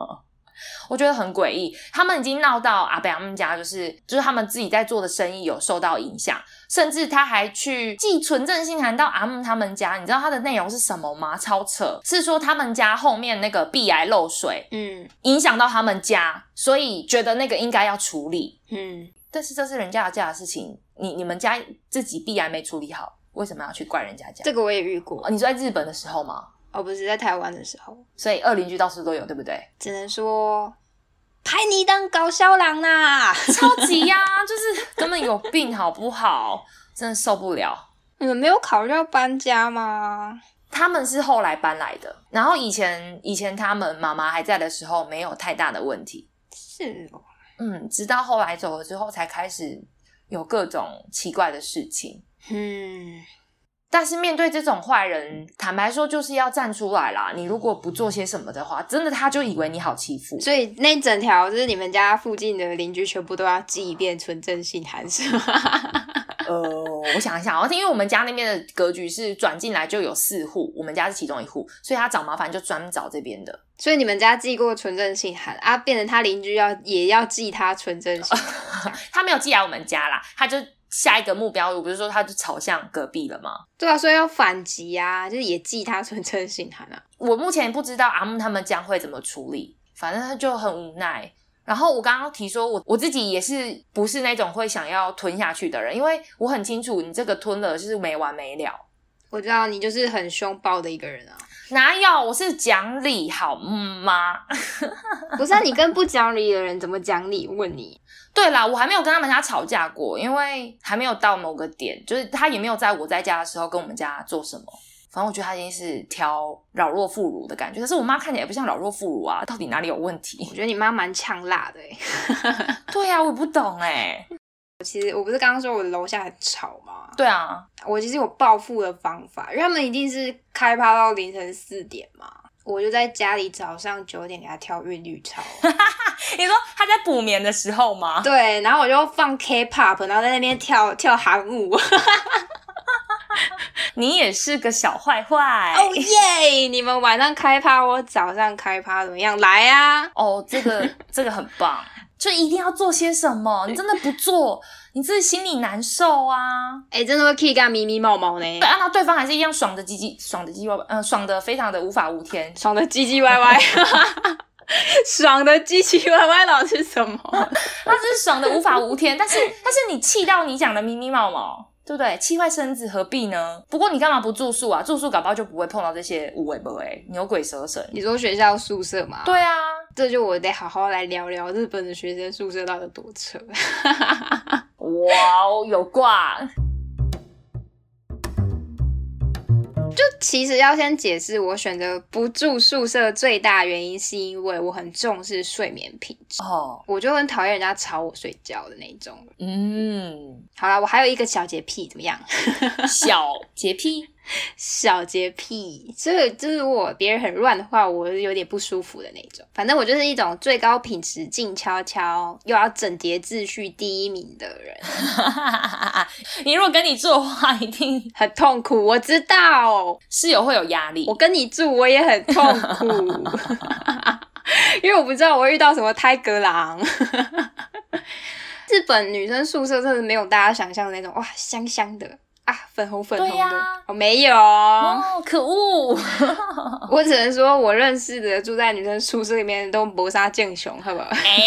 [SPEAKER 3] *laughs* 我觉得很诡异，他们已经闹到阿北他们家，就是就是他们自己在做的生意有受到影响，甚至他还去寄存证信函到阿木他们家。你知道他的内容是什么吗？超扯，是说他们家后面那个壁癌漏水
[SPEAKER 1] 嗯
[SPEAKER 3] 影响到他们家，所以觉得那个应该要处理。
[SPEAKER 1] 嗯，
[SPEAKER 3] 但是这是人家家的事情，你你们家自己必然没处理好，为什么要去怪人家家？
[SPEAKER 1] 这个我也遇过，
[SPEAKER 3] 哦你说在日本的时候吗？
[SPEAKER 1] 哦，不是在台湾的时候，
[SPEAKER 3] 所以二邻居到处都有，对不对？
[SPEAKER 1] 只能说拍你当搞笑郎啦！
[SPEAKER 3] *laughs*
[SPEAKER 1] *laughs*
[SPEAKER 3] 超级呀、就是根本有病好不好？真的受不了。
[SPEAKER 1] 你们没有考虑要搬家吗？
[SPEAKER 3] 他们是后来搬来的，然后以前以前他们妈妈还在的时候没有太大的问题，
[SPEAKER 1] 是哦，
[SPEAKER 3] 嗯，直到后来走了之后才开始有各种奇怪的事情。
[SPEAKER 1] 嗯，
[SPEAKER 3] 但是面对这种坏人，坦白说就是要站出来啦。你如果不做些什么的话，真的他就以为你好欺负。
[SPEAKER 1] 所以那整条就是你们家附近的邻居全部都要记一遍纯正信函是吗？ *laughs*
[SPEAKER 3] 呃，我想一下哦，因为我们家那边的格局是转进来就有四户，我们家是其中一户，所以他找麻烦就专门找这边的。 *laughs*
[SPEAKER 1] 所以你们家寄过纯正信函啊，变成他邻居要也要寄他纯正信函，
[SPEAKER 3] 他没有寄来我们家啦，他就下一个目标，我不是说他就朝向隔壁了吗？
[SPEAKER 1] 对啊，所以要反击啊，就是也寄他纯正信函啊。
[SPEAKER 3] 我目前不知道阿木他们将会怎么处理，反正他就很无奈。然后我刚刚提说，我我自己也是不是那种会想要吞下去的人，因为我很清楚你这个吞了就是没完没了。
[SPEAKER 1] 我知道你就是很凶暴的一个人啊，
[SPEAKER 3] 哪有？我是讲理好吗？ *laughs*
[SPEAKER 1] 不是、啊、你跟不讲理的人怎么讲理？问你，
[SPEAKER 3] 对啦，我还没有跟他们家吵架过，因为还没有到某个点，就是他也没有在我在家的时候跟我们家做什么。反正我觉得他已经是挑老弱妇孺的感觉，可是我妈看起来也不像老弱妇孺啊，到底哪里有问题 *laughs*
[SPEAKER 1] 我？觉得你妈蛮呛辣的、欸。
[SPEAKER 3] 对啊，我也不懂哎、
[SPEAKER 1] 其实我不是刚刚说我楼下很吵吗？
[SPEAKER 3] 对啊，
[SPEAKER 1] 我其实有报复的方法，因为他们一定是开趴到凌晨四点嘛，我就在家里早上九点给他跳韵律操，啊
[SPEAKER 3] 你说他在补眠的时候吗？
[SPEAKER 1] *laughs* 对，然后我就放 K-pop，然后在那边跳跳韩舞， *laughs*
[SPEAKER 3] 你也是个小坏坏
[SPEAKER 1] 哦耶！ *laughs* 你们晚上开趴，我早上开趴，怎么样？来啊！
[SPEAKER 3] 哦，这个这个很棒， *laughs* 就一定要做些什么。你真的不做，你自己心里难受啊。
[SPEAKER 1] 哎、真的会 K 干咪咪毛毛呢，
[SPEAKER 3] 对，按照对方还是一样爽的唧唧，爽的唧唧，嗯、爽的非常的无法无天。
[SPEAKER 1] 爽的唧唧歪 *laughs* 歪，爽的唧唧歪歪，老是什么？
[SPEAKER 3] 他只是爽的无法无天，但是但是你气到你讲的咪咪毛毛，对不对？气坏身子何必呢？不过你干嘛不住宿啊？住宿搞不好就不会碰到这些无为不为牛鬼蛇神。
[SPEAKER 1] *laughs* 你说学校宿舍嘛？，
[SPEAKER 3] 对啊，
[SPEAKER 1] 这就我得好好来聊聊日本的学生宿舍到底有多扯。 *laughs*
[SPEAKER 3] 哇哦，有挂。
[SPEAKER 1] 其实要先解释，我选择不住宿舍最大原因是因为我很重视睡眠品质，
[SPEAKER 3] 哦，
[SPEAKER 1] 我就很讨厌人家吵我睡觉的那一种。
[SPEAKER 3] 嗯，
[SPEAKER 1] 好啦，我还有一个小洁癖，怎么样？
[SPEAKER 3] 小洁癖，
[SPEAKER 1] 小洁癖，所以就是我别人很乱的话，我是有点不舒服的那种。反正我就是一种最高品质、静悄悄又要整洁秩序第一名的人，
[SPEAKER 3] *laughs* 你如果跟你住的话，一定
[SPEAKER 1] 很痛苦。我知道，
[SPEAKER 3] 室友会有压力
[SPEAKER 1] 我。跟你住我也很痛 *laughs* 苦，因为我不知道我会遇到什么泰格狼。日本女生宿舍真的没有大家想象的那种哇，香香的啊，粉红粉红的，
[SPEAKER 3] 对呀
[SPEAKER 1] 哦、没有。
[SPEAKER 3] 哦，可 *laughs* 恶！
[SPEAKER 1] *laughs* 我只能说，我认识的住在女生宿舍里面都谋杀见雄，好不好？
[SPEAKER 3] 哎、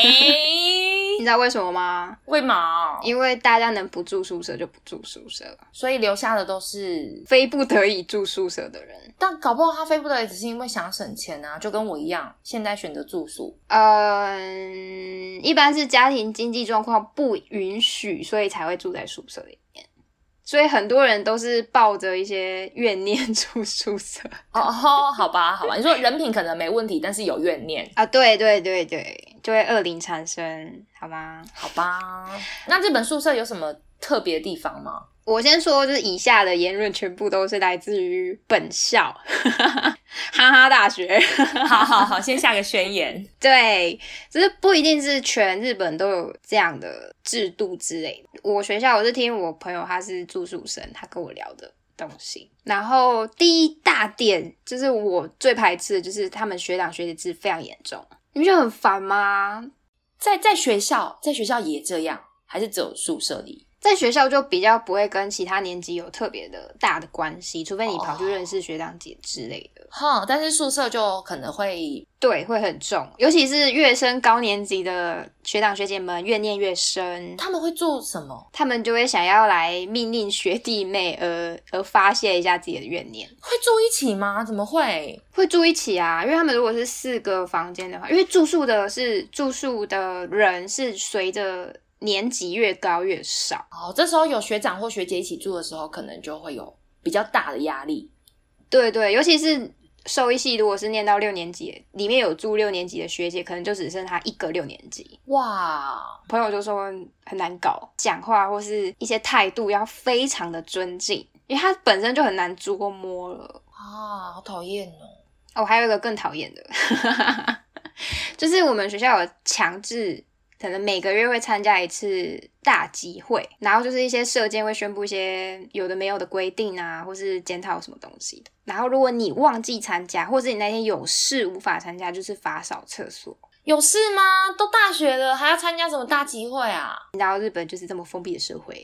[SPEAKER 3] *laughs*
[SPEAKER 1] 你知道为什么吗？
[SPEAKER 3] 为毛？
[SPEAKER 1] 因为大家能不住宿舍就不住宿舍了，
[SPEAKER 3] 所以留下的都是，
[SPEAKER 1] 非不得已住宿舍的人，
[SPEAKER 3] 但搞不好他非不得已只是因为想省钱啊，就跟我一样，现在选择住宿。
[SPEAKER 1] 嗯，一般是家庭经济状况不允许，所以才会住在宿舍里面。所以很多人都是抱着一些怨念出宿舍
[SPEAKER 3] *laughs* 哦哦，好吧，好吧，你说人品可能没问题，但是有怨念，
[SPEAKER 1] 啊，对对对对，就会恶灵缠身，好吗？
[SPEAKER 3] 好吧？那这本宿舍有什么特别的地方吗？
[SPEAKER 1] 我先说，就是以下的言论全部都是来自于本校，哈哈大学。
[SPEAKER 3] 好好好，先下个宣言。
[SPEAKER 1] 对，只是不一定是全日本都有这样的制度之类的。我学校我是听我朋友他是住宿生，他跟我聊的东西。然后第一大点就是我最排斥的就是他们学长学姐制非常严重，你不觉得很烦吗？
[SPEAKER 3] *laughs* 在在学校，在学校也这样，还是只有宿舍里？
[SPEAKER 1] 在学校就比较不会跟其他年级有特别的大的关系，除非你跑去认识学长姐之类的。
[SPEAKER 3] 哈、但是宿舍就可能会
[SPEAKER 1] 对，会很重，尤其是越升高年级的学长学姐们越念越深，
[SPEAKER 3] 他们会做什么？
[SPEAKER 1] 他们就会想要来命令学弟妹而而发泄一下自己的怨念，
[SPEAKER 3] 会住一起吗？怎么会？
[SPEAKER 1] 会住一起啊，因为他们如果是四个房间的话，因为住宿的是住宿的人是随着年级越高越少，
[SPEAKER 3] 哦，这时候有学长或学姐一起住的时候，可能就会有比较大的压力。
[SPEAKER 1] 对对，尤其是。兽医系如果是念到六年级，里面有住六年级的学姐，可能就只剩她一个六年级。
[SPEAKER 3] 哇，
[SPEAKER 1] 朋友就说很难搞，讲话或是一些态度要非常的尊敬，因为他本身就很难捉摸了。
[SPEAKER 3] 啊，好讨厌哦！
[SPEAKER 1] 哦，还有一个更讨厌的， *laughs* 就是我们学校有强制，可能每个月会参加一次大集会，然后就是一些社监会宣布一些有的没有的规定啊，或是检讨什么东西的。然后如果你忘记参加，或是你那天有事无法参加，就是罚扫厕所。
[SPEAKER 3] 有事吗？都大学了，还要参加什么大集会啊？ *laughs*
[SPEAKER 1] 然后日本就是这么封闭的社会。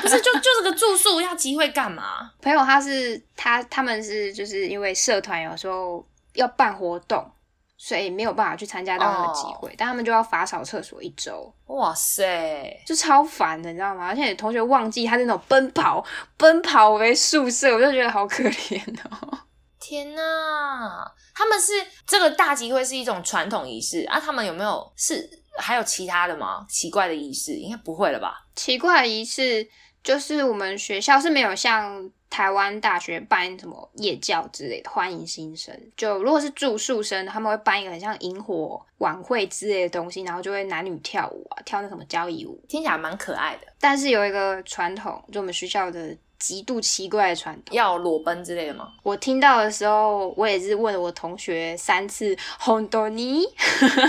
[SPEAKER 3] 不是，就就这个住宿要集会干嘛？
[SPEAKER 1] 朋友他是他他们是就是因为社团有时候要办活动，所以没有办法去参加到那个集会但他们就要罚扫厕所一周，
[SPEAKER 3] 哇塞！
[SPEAKER 1] 就超烦的，你知道吗？而且同学忘记他是那种奔跑奔跑为宿舍，我就觉得好可怜哦。 *laughs*
[SPEAKER 3] 天呐，他们是这个大集会是一种传统仪式啊？他们有没有是还有其他的吗？奇怪的仪式应该不会了吧？
[SPEAKER 1] 奇怪的仪式就是我们学校是没有像台湾大学办什么夜教之类的欢迎新生，就如果是住宿生，他们会办一个很像萤火晚会之类的东西，然后就会男女跳舞啊，跳那什么交谊舞。
[SPEAKER 3] 听起来蛮可爱的，
[SPEAKER 1] 但是有一个传统，就我们学校的极度奇怪的传统。
[SPEAKER 3] 要裸奔之类的吗？
[SPEAKER 1] 我听到的时候，我也是问了我同学三次“红豆泥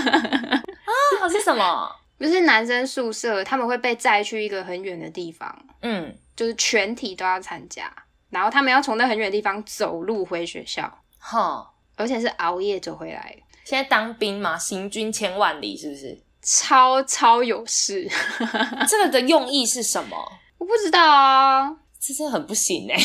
[SPEAKER 3] 啊，是什么？”，
[SPEAKER 1] *laughs* 就是男生宿舍他们会被载去一个很远的地方，
[SPEAKER 3] *laughs* 嗯，
[SPEAKER 1] 就是全体都要参加，然后他们要从那很远的地方走路回学校，
[SPEAKER 3] 哈，
[SPEAKER 1] 而且是熬夜走回来，
[SPEAKER 3] 现在当兵嘛，行军千万里，是不 *laughs* 是？
[SPEAKER 1] 超超有事。 *laughs*
[SPEAKER 3] 这个的用意是什么？
[SPEAKER 1] 我不知道啊，
[SPEAKER 3] 这真的很不行哎、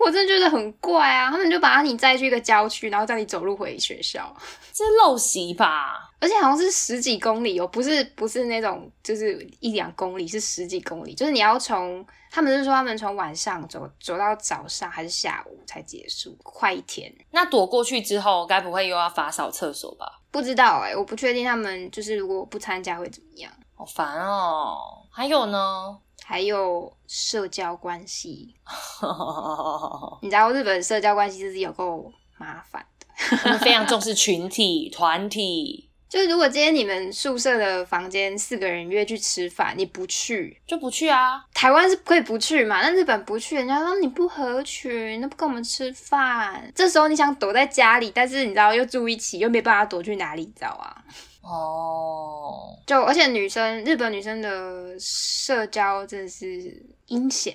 [SPEAKER 1] 我真的觉得很怪啊，他们就把你载去一个郊区，然后叫你走路回学校。
[SPEAKER 3] *laughs* 这是陋习吧？
[SPEAKER 1] 而且好像是十几公里哦，不是不是那种就是一两公里，是十几公里，就是你要从他们是说他们从晚上走走到早上还是下午才结束，快一天。
[SPEAKER 3] 那躲过去之后，该不会又要罚扫厕所吧？
[SPEAKER 1] 不知道哎、我不确定他们就是如果不参加会怎么样。
[SPEAKER 3] 好烦哦！还有呢？ *laughs*
[SPEAKER 1] 还有社交关系，你知道日本社交关系就是有够麻烦的。
[SPEAKER 3] 他们非常重视群体、团体，
[SPEAKER 1] 就是如果今天你们宿舍的房间四个人约去吃饭，你不去，
[SPEAKER 3] 就不去啊。
[SPEAKER 1] 台湾是可以不去嘛，但日本不去，人家说你不合群，那不跟我们吃饭。这时候你想躲在家里，但是你知道又住一起，又没办法躲去哪里，你知道啊？
[SPEAKER 3] 哦，
[SPEAKER 1] 就而且女生，日本女生的社交真的是阴险，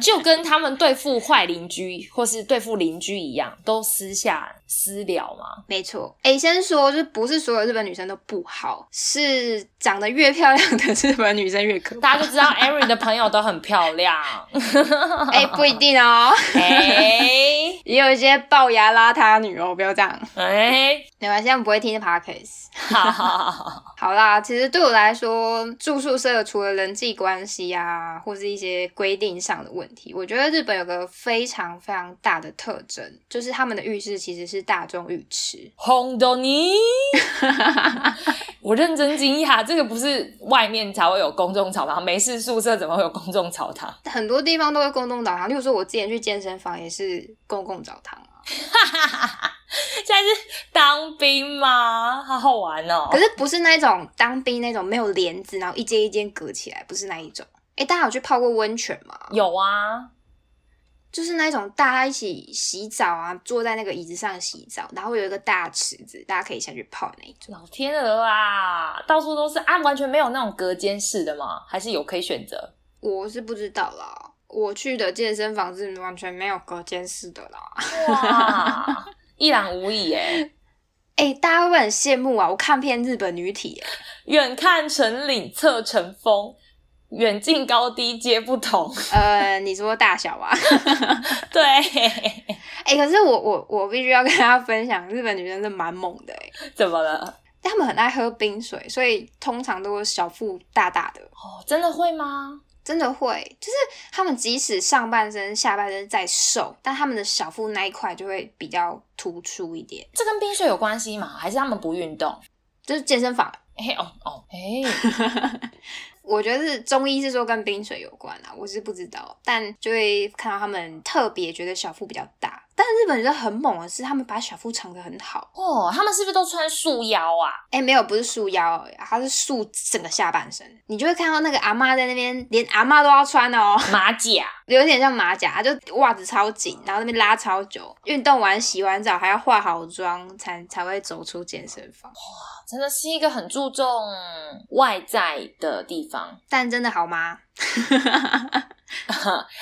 [SPEAKER 3] 就跟他们对付坏邻居或是对付邻居一样，都私下私聊嘛。
[SPEAKER 1] 没错。诶，先说，就是不是所有日本女生都不好，是长得越漂亮的日本女生越可怕。
[SPEAKER 3] *laughs* 大家就知道 Erin 的朋友都很漂
[SPEAKER 1] *laughs*
[SPEAKER 3] 亮，
[SPEAKER 1] 诶，不一定哦，
[SPEAKER 3] 哎
[SPEAKER 1] 也有一些龅牙邋遢女哦，不要这样。
[SPEAKER 3] 哎，
[SPEAKER 1] 没关系，他们不会听 podcast。
[SPEAKER 3] 好好好，
[SPEAKER 1] 好啦，其实对我来说，住宿舍除了人际关系啊，或是一些规定上的问题，我觉得日本有个非常非常大的特征，就是他们的浴室其实是大众浴池。
[SPEAKER 3] 红豆泥，我我认真惊讶，这个不是外面才会有公众澡堂，没事宿舍怎么会有公众澡堂？
[SPEAKER 1] 很多地方都会公共澡堂，例如说我之前去健身房也是公共澡堂啊，
[SPEAKER 3] 现在是当兵吗？好好玩哦！
[SPEAKER 1] 可是不是那种当兵那种没有帘子，然后一间一间隔起来，不是那一种。哎，大家有去泡过温泉吗？
[SPEAKER 3] 有啊，
[SPEAKER 1] 就是那种大家一起洗澡啊，坐在那个椅子上洗澡，然后有一个大池子，大家可以下去泡的那一种。
[SPEAKER 3] 老天鹅啊，到处都是啊，完全没有那种隔间式的吗？还是有可以选择？
[SPEAKER 1] 我是不知道啦，我去的健身房是完全没有隔间式的啦。
[SPEAKER 3] 哇，一览无遗哎、
[SPEAKER 1] 哎、大家会不会很羡慕啊？我看遍日本女体、欸，
[SPEAKER 3] 远看成岭侧成峰，远近高低皆不同。 *laughs*
[SPEAKER 1] 呃，你说大小啊？
[SPEAKER 3] 对，
[SPEAKER 1] 哎、可是我我我必须要跟大家分享，日本女生是蛮猛的哎、
[SPEAKER 3] 怎么了？
[SPEAKER 1] 她们很爱喝冰水，所以通常都是小腹大大的，
[SPEAKER 3] 哦，真的会吗？
[SPEAKER 1] 真的会，就是她们即使上半身、下半身再瘦，但她们的小腹那一块就会比较突出一点，
[SPEAKER 3] 这跟冰水有关系吗？还是他们不运动？
[SPEAKER 1] 就是健身房。
[SPEAKER 3] 哎、哦哦，哎、
[SPEAKER 1] *laughs* 我觉得是中医是说跟冰水有关啊，我是不知道，但就会看到她们特别觉得小腹比较大。但日本人很猛的是，他们把小腹藏得很好，
[SPEAKER 3] 哦，他们是不是都穿束腰啊？
[SPEAKER 1] 哎、没有，不是束腰而已，它是束整个下半身。你就会看到那个阿嬷在那边，连阿嬷都要穿哦， *laughs*
[SPEAKER 3] 马甲，
[SPEAKER 1] 有点像马甲，她就袜子超紧，然后那边拉超久。运动完、洗完澡还要化好妆，才才会走出健身房。
[SPEAKER 3] 哦真的是一个很注重外在的地方。
[SPEAKER 1] 但真的好吗？ *laughs*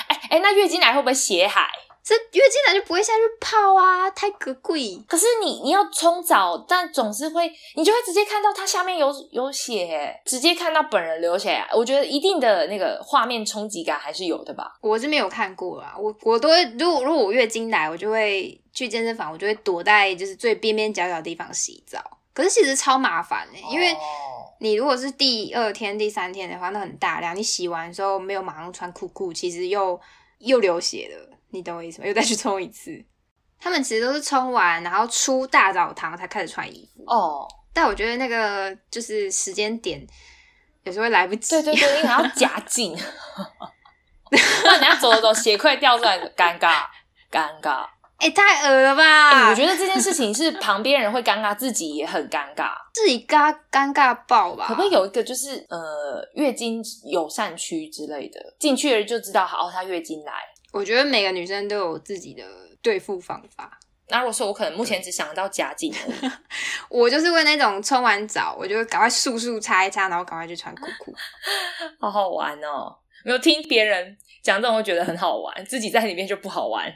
[SPEAKER 3] 哎、哎、那月经来会不会血海？
[SPEAKER 1] 这月经来就不会下去泡啊，太可贵。
[SPEAKER 3] 可是你你要冲澡，但总是会，你就会直接看到它下面有有血，直接看到本人流血。啊我觉得一定的那个画面冲击感还是有的吧。
[SPEAKER 1] 我是没有看过啦，我我都会，如果如果我月经来，我就会去健身房，我就会躲在就是最边边角角的地方洗澡。可是其实超麻烦的、因为
[SPEAKER 3] 哦
[SPEAKER 1] 你如果是第二天、第三天的话，那很大量，你洗完的时候没有马上穿裤裤，其实又又流血了，你懂我意思吗？又再去冲一次。他们其实都是冲完，然后出大澡堂才开始穿衣服。
[SPEAKER 3] 哦，
[SPEAKER 1] 但我觉得那个就是时间点，有时候会来不及。
[SPEAKER 3] 对对对，你还要夹紧，那你要走走走，血快掉出来，尴尬尴尬。
[SPEAKER 1] 哎、太恶了吧！
[SPEAKER 3] 哎，我觉得这件事情是旁边人会尴尬，自己也很尴尬。
[SPEAKER 1] 自己尴尴尬爆 *laughs* 吧。
[SPEAKER 3] 可不可以有一个就是呃月经友善区之类的，进去了就知道好，哦她月经来。
[SPEAKER 1] 我觉得每个女生都有自己的对付方法。
[SPEAKER 3] 那如果说我可能目前只想到夹紧而已，
[SPEAKER 1] 我就是会那种冲完澡，我就会赶快速速擦一擦，然后赶快去穿裤裤。
[SPEAKER 3] 好好玩哦。没有听别人讲这种，我觉得很好玩，自己在里面就不好玩。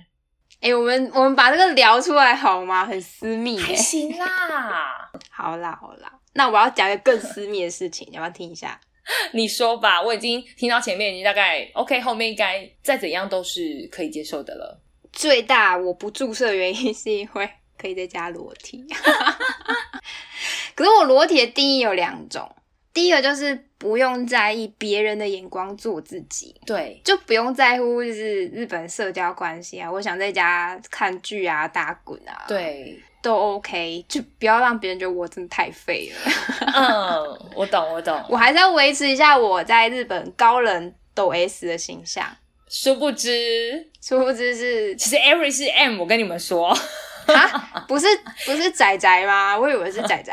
[SPEAKER 1] 哎、我们我们把这个聊出来好吗？很私密
[SPEAKER 3] 还
[SPEAKER 1] 耶、
[SPEAKER 3] 行啦，
[SPEAKER 1] 好啦好啦，那我要讲一个更私密的事情，你要不要听一下？
[SPEAKER 3] *laughs* 你说吧，我已经听到前面已经大概 OK，后面应该再怎样都是可以接受的了。
[SPEAKER 1] 最大我不注射的原因是因为可以在家裸体。 *laughs* 可是我裸体的定义有两种，第一个就是不用在意别人的眼光做自己，
[SPEAKER 3] 对，
[SPEAKER 1] 就不用在乎就是日本社交关系啊，我想在家看剧啊、打滚啊，，
[SPEAKER 3] 对，
[SPEAKER 1] 都 OK，就不要让别人觉得我真的太废了。
[SPEAKER 3] 嗯，我懂，我懂。
[SPEAKER 1] 我还是要维持一下我在日本高冷抖 S 的形象，
[SPEAKER 3] 殊不知，
[SPEAKER 1] 殊不知
[SPEAKER 3] *laughs*
[SPEAKER 1] 是
[SPEAKER 3] 其实 Every 是 M，我跟你们说 *laughs*
[SPEAKER 1] 啊，不是不是仔仔吗？我以为是仔仔。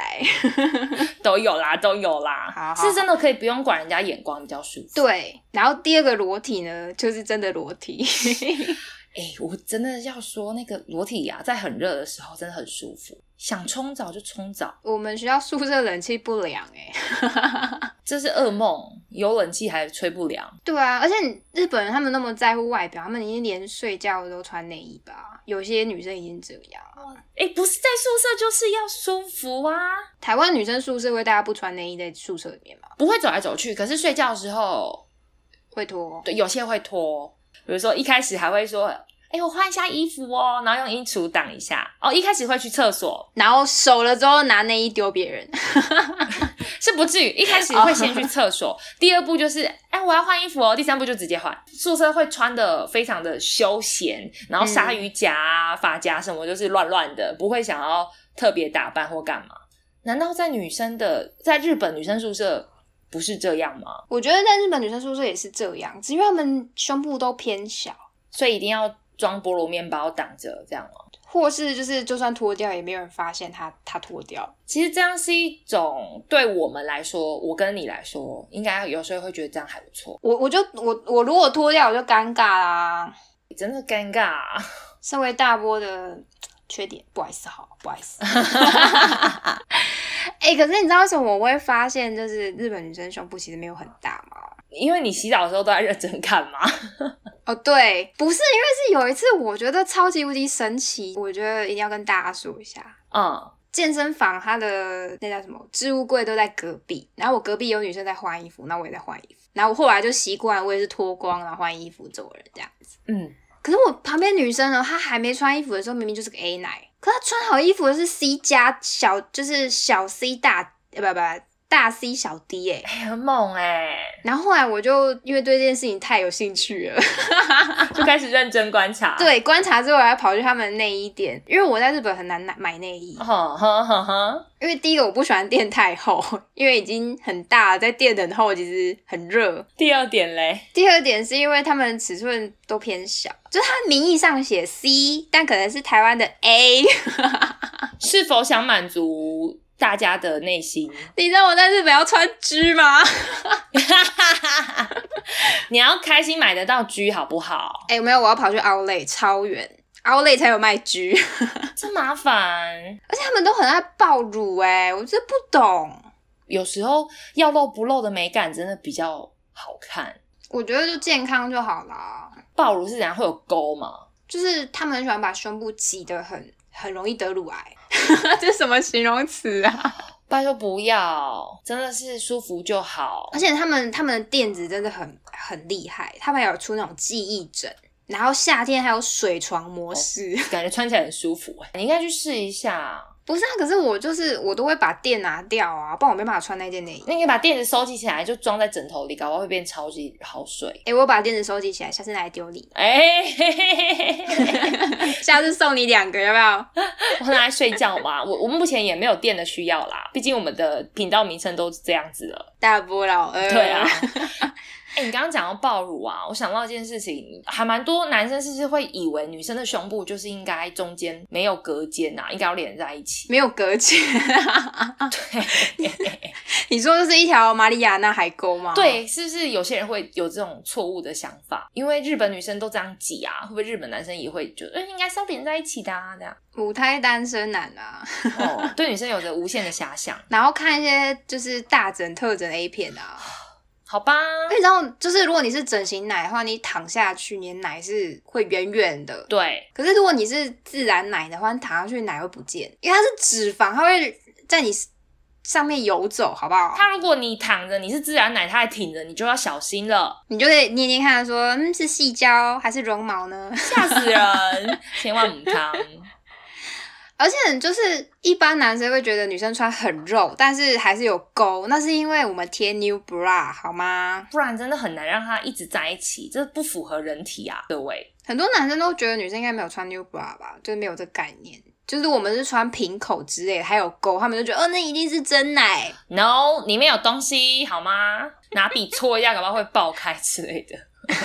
[SPEAKER 3] 都有啦，都有啦，
[SPEAKER 1] 好好
[SPEAKER 3] 是真的可以不用管人家眼光，比较舒服。
[SPEAKER 1] 对，然后第二个裸体呢，就是真的裸体。 *laughs*
[SPEAKER 3] 哎、我真的要说，那个裸体啊，在很热的时候真的很舒服，想冲澡就冲澡，
[SPEAKER 1] 我们学校宿舍冷气不良哎、
[SPEAKER 3] 这是噩梦。有冷气还吹不凉，
[SPEAKER 1] 对啊，而且日本人他们那么在乎外表，他们已经连睡觉都穿内衣吧？有些女生已经这样啊。
[SPEAKER 3] 哎、不是在宿舍就是要舒服啊，
[SPEAKER 1] 台湾女生宿舍会大家不穿内衣在宿舍里面吗？
[SPEAKER 3] 不会走来走去。可是睡觉的时候，
[SPEAKER 1] 会脱？哦
[SPEAKER 3] 对，有些会脱，比如说一开始还会说，哎、我换一下衣服哦，然后用衣橱挡一下。哦，一开始会去厕所，
[SPEAKER 1] 然后熟了之后拿内衣丢别人。 *laughs*
[SPEAKER 3] 是不至于，一开始会先去厕所，第二步就是，哎、我要换衣服哦，第三步就直接换。宿舍会穿的非常的休闲，然后鲨鱼夹啊、发夹什么就是乱乱的，不会想要特别打扮或干嘛。难道在女生的在日本女生宿舍不是这样吗？
[SPEAKER 1] 我觉得在日本女生宿舍也是这样，只因为她们胸部都偏小，
[SPEAKER 3] 所以一定要装菠萝面包挡着这样吗？
[SPEAKER 1] 或是就是就算脱掉也没有人发现她她脱掉。
[SPEAKER 3] 其实这样是一种对我们来说，我跟你来说，应该有时候会觉得这样还不错。
[SPEAKER 1] 我我就我我如果脱掉我就尴尬啦，
[SPEAKER 3] 真的尴尬、啊，
[SPEAKER 1] 身为大波的缺点，不好意思好，不好意思。 *laughs* 哎、可是你知道为什么我会发现就是日本女生胸部其实没有很大吗？
[SPEAKER 3] 因为你洗澡的时候都在认真看嘛。
[SPEAKER 1] 哦，对，不是，因为是有一次我觉得超级无敌神奇，我觉得一定要跟大家说一下。
[SPEAKER 3] 嗯，
[SPEAKER 1] 健身房它的那叫什么置物柜都在隔壁，然后我隔壁有女生在换衣服，那我也在换衣服，然后我后来就习惯，我也是脱光然后换衣服走人这样子。
[SPEAKER 3] 嗯，
[SPEAKER 1] 可是我旁边女生哦呢，她还没穿衣服的时候，明明就是个 A 奶，可她穿好衣服的是 C 加小，就是小 C 大，呃，不不，大 C 小 D 哎、
[SPEAKER 3] 哎、很猛哎、
[SPEAKER 1] 然后后来我就因为对这件事情太有兴趣了，
[SPEAKER 3] *laughs* 就开始认真观察。，
[SPEAKER 1] 对，观察之后我还跑去他们内衣店，因为我在日本很难买内衣，
[SPEAKER 3] 哼哼哼哼，
[SPEAKER 1] 因为第一个我不喜欢垫太厚， *laughs* 因为已经很大了，再垫得很厚其实很热。
[SPEAKER 3] 第二点嘞，
[SPEAKER 1] 第二点是因为他们尺寸都偏小，就是它名义上写 C，但可能是台湾的 A。
[SPEAKER 3] 是否想满足大家的内心？ *laughs*
[SPEAKER 1] 你知道我在日本要穿 G 吗？
[SPEAKER 3] 你要开心买得到 G 好不好？
[SPEAKER 1] *laughs* 哎、没有，我要跑去 Outlet 超远，Outlet 才有卖 G， *laughs*
[SPEAKER 3] 真麻烦。
[SPEAKER 1] 而且他们都很爱爆乳哎、我真的不懂。
[SPEAKER 3] 有时候要露不露的美感真的比较好看。
[SPEAKER 1] 我觉得就健康就好啦，
[SPEAKER 3] 暴乳是怎样会有沟吗？
[SPEAKER 1] 就是他们很喜欢把胸部挤得很很容易得乳癌， *laughs* 这什么形容词啊？
[SPEAKER 3] 拜托不要，真的是舒服就好
[SPEAKER 1] 而。且他们他们的垫子真的很很厉害，他们还有出那种记忆枕，然后夏天还有水床模式。
[SPEAKER 3] 感觉穿起来很舒服、欸，你应该去试一下。
[SPEAKER 1] *laughs* 不是啊，可是我就是我都会把垫拿掉啊，不然我没办法穿那件内衣。
[SPEAKER 3] 那你把垫子收集起来，就装在枕头里，搞不好会变超级好睡。
[SPEAKER 1] 哎诶，我把垫子收集起来，下次拿来丢你，
[SPEAKER 3] 哎、 *laughs* 嘿嘿嘿嘿嘿
[SPEAKER 1] 下次送你两个，要不要？
[SPEAKER 3] 我拿来睡觉嘛。我我目前也没有垫的需要啦，毕竟我们的频道名称都是这样子了。
[SPEAKER 1] 大波老二，
[SPEAKER 3] 对啊， *laughs* 哎、你刚刚讲到暴乳啊，我想到一件事情，还蛮多男生是不是会以为女生的胸部就是应该中间没有隔间啊，应该要连在一起。
[SPEAKER 1] 没有隔间。 *laughs* 你说这是一条马里亚纳海沟吗？，
[SPEAKER 3] 对，是不是有些人会有这种错误的想法？因为日本女生都这样挤啊，会不会日本男生也会觉得，嗯、应该是要连在一起的啊？这样
[SPEAKER 1] 母胎单身男啊，
[SPEAKER 3] 哦， *laughs* 对女生有着无限的遐想，
[SPEAKER 1] 然后看一些就是大整特整 A 片啊。
[SPEAKER 3] 好吧？
[SPEAKER 1] 因为 *sighs* 你知道，就是如果你是整形奶的话，你躺下去，你的奶是会圆圆的。
[SPEAKER 3] 对，
[SPEAKER 1] 可是如果你是自然奶的话，你躺下去奶会不见，因为它是脂肪，它会在你上面游走，好不好？
[SPEAKER 3] 他如果你躺着，你是自然奶，他还挺着，你就要小心了，
[SPEAKER 1] 你就可以捏捏看说嗯，是细胶还是绒毛呢？
[SPEAKER 3] 吓死人，千万母汤。
[SPEAKER 1] 而且就是一般男生会觉得女生穿很肉，但是还是有沟，那是因为我们贴 new bra 好吗？
[SPEAKER 3] 不然真的很难让它一直在一起，这不符合人体啊，各位。
[SPEAKER 1] 很多男生都觉得女生应该没有穿 new bra 吧，就是没有这概念。就是我们是穿平口之类的，还有沟，他们就觉得哦，那一定是真奶。 *laughs*
[SPEAKER 3] No，里面有东西好吗？拿笔戳一下，搞不好会爆开之类的。 *laughs*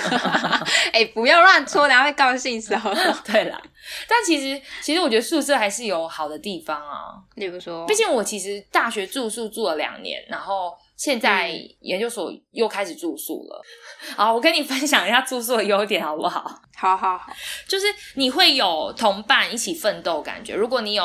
[SPEAKER 1] 哎、不要乱戳，等下会告性骚
[SPEAKER 3] *laughs*
[SPEAKER 1] 扰。
[SPEAKER 3] 对啦，但其实其实我觉得宿舍还是有好的地方啊。
[SPEAKER 1] 例如说
[SPEAKER 3] 毕，竟我其实大学住宿住了两年，然后现在
[SPEAKER 1] 嗯
[SPEAKER 3] 研究所又开始住宿了。好，我跟你分享一下住宿的优点好不好？ *laughs*
[SPEAKER 1] 好好好，
[SPEAKER 3] 就是你会有同伴一起奋斗的感觉。如果你有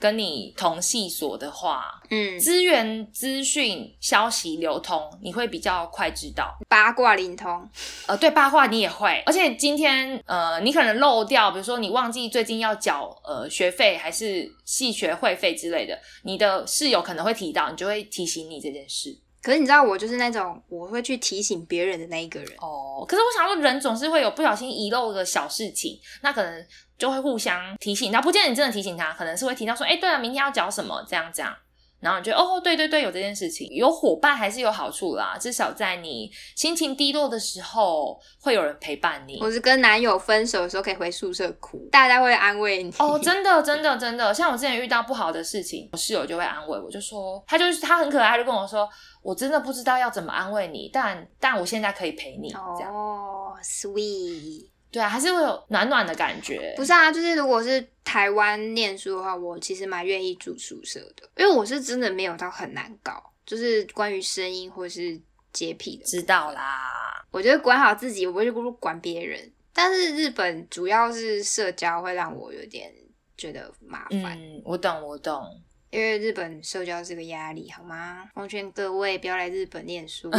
[SPEAKER 3] 跟你同系所的话，
[SPEAKER 1] 嗯，
[SPEAKER 3] 资源、资讯、消息流通，你会比较快知道。
[SPEAKER 1] 八卦灵通，
[SPEAKER 3] 呃，对八卦你也会，而且今天呃，你可能漏掉，比如说你忘记最近要缴呃学费还是系学会费之类的，你的室友可能会提到，你就会提醒你这件事。
[SPEAKER 1] 可是你知道我就是那种我会去提醒别人的那一个人。
[SPEAKER 3] 哦，可是我想说，人总是会有不小心遗漏的小事情，那可能啊就会互相提醒。那不见得你真的提醒他，可能是会提到说，哎、对了，明天要缴什么，这样这样。然后你觉得哦，对对对，有这件事情，有伙伴还是有好处啦，至少在你心情低落的时候，会有人陪伴你。
[SPEAKER 1] 我是跟男友分手的时候可以回宿舍哭，大家会安慰你。
[SPEAKER 3] 哦，真的，真的，真的，像我之前遇到不好的事情，我室友就会安慰我，就说他就是他很可爱，他就跟我说，我真的不知道要怎么安慰你，但但我现在可以陪你，这样
[SPEAKER 1] 哦，sweet。
[SPEAKER 3] 对啊，还是会有暖暖的感觉。
[SPEAKER 1] 不是啊，就是如果是台湾念书的话，我其实蛮愿意住宿舍的，因为我是真的没有到很难搞，就是关于声音或是洁癖的，
[SPEAKER 3] 知道啦，
[SPEAKER 1] 我觉得管好自己，我不会去管别人。但是日本主要是社交会让我有点觉得麻烦，
[SPEAKER 3] 嗯，我懂，我懂。
[SPEAKER 1] 因为日本社交是个压力，好吗？奉劝各位不要来日本念 *laughs* 书。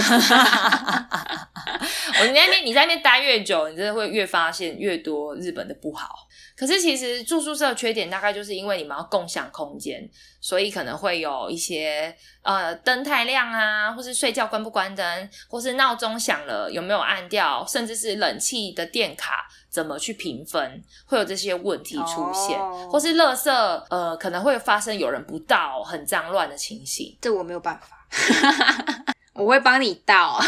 [SPEAKER 3] 我你在那边你在那边待越久，你真的会越发现越多日本的不好。可是其实住宿舍的缺点大概就是因为你们要共享空间，所以可能会有一些呃灯太亮啊，或是睡觉关不关灯，或是闹钟响了有没有按掉，甚至是冷气的电卡怎么去平分，会有这些问题出现，
[SPEAKER 1] 哦
[SPEAKER 3] 或是垃圾呃可能会发生有人不到很脏乱的情形。 *laughs*
[SPEAKER 1] 这我没有办法， *laughs* 我会帮你倒，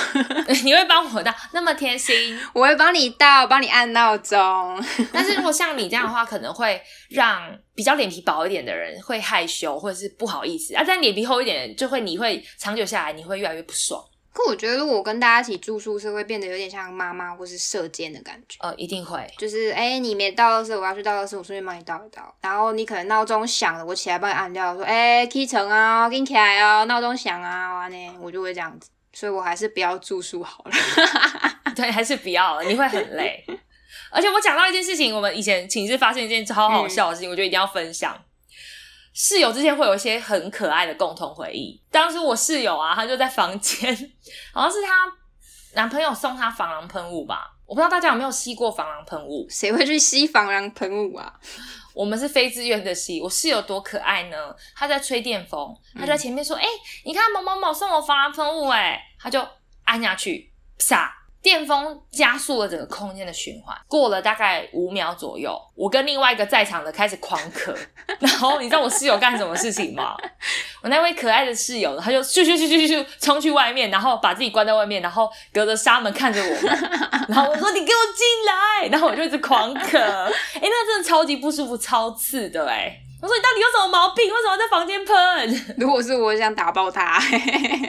[SPEAKER 3] 你会帮我到那么贴心。
[SPEAKER 1] 我会帮你倒，帮你按闹钟。
[SPEAKER 3] *laughs* 但是如果像你这样的话，可能会让比较脸皮薄一点的人会害羞或者是不好意思啊，但脸皮厚一点就会你会长久下来你会越来越不爽，
[SPEAKER 1] *laughs* 可我觉得，如果我跟大家一起住宿舍，会变得有点像妈妈或是射箭的感觉。
[SPEAKER 3] 呃，一定 *laughs* 会。
[SPEAKER 1] 就是，哎、你没倒垃圾，我要去倒垃圾，我顺便帮你倒一倒。然后你可能闹钟响了，我起来帮你按掉，说，哎、起床啊、哦，跟起来哦，闹钟响啊，哇呢，我就会这样子。所以我还是不要住宿好了。 *laughs*
[SPEAKER 3] 对，还是不要了，你会很累。而且我讲到一件事情，我们以前寝室发生一件超好笑的事情，我觉得一定要分享。室友之间会有一些很可爱的共同回忆。当时我室友啊，他就在房间， *laughs* 好像是她男朋友送她防狼喷雾吧，我不知道大家有没有吸过防狼喷雾。
[SPEAKER 1] 谁会去吸防狼喷雾啊？ *laughs*
[SPEAKER 3] 我们是非自愿的吸，我室友多可爱呢，他在吹电风，他在前面说：“哎、你看某某某送我防狼喷雾，哎，他就按下去，啪，电风加速了整个空间的循环。过了大概五秒左右，我跟另外一个在场的开始狂咳，然后你知道我室友干什么事情吗？我那位可爱的室友，他就咻咻咻咻咻咻冲去外面，然后把自己关在外面，然后隔着纱门看着我们，然后我说：“你给我进来！”然后我就一直狂咳，哎、那真的超级不舒服，超刺的哎、我说你到底有什么毛病？为什么在房间喷？ *laughs*
[SPEAKER 1] 如果是我，想打爆他， *laughs*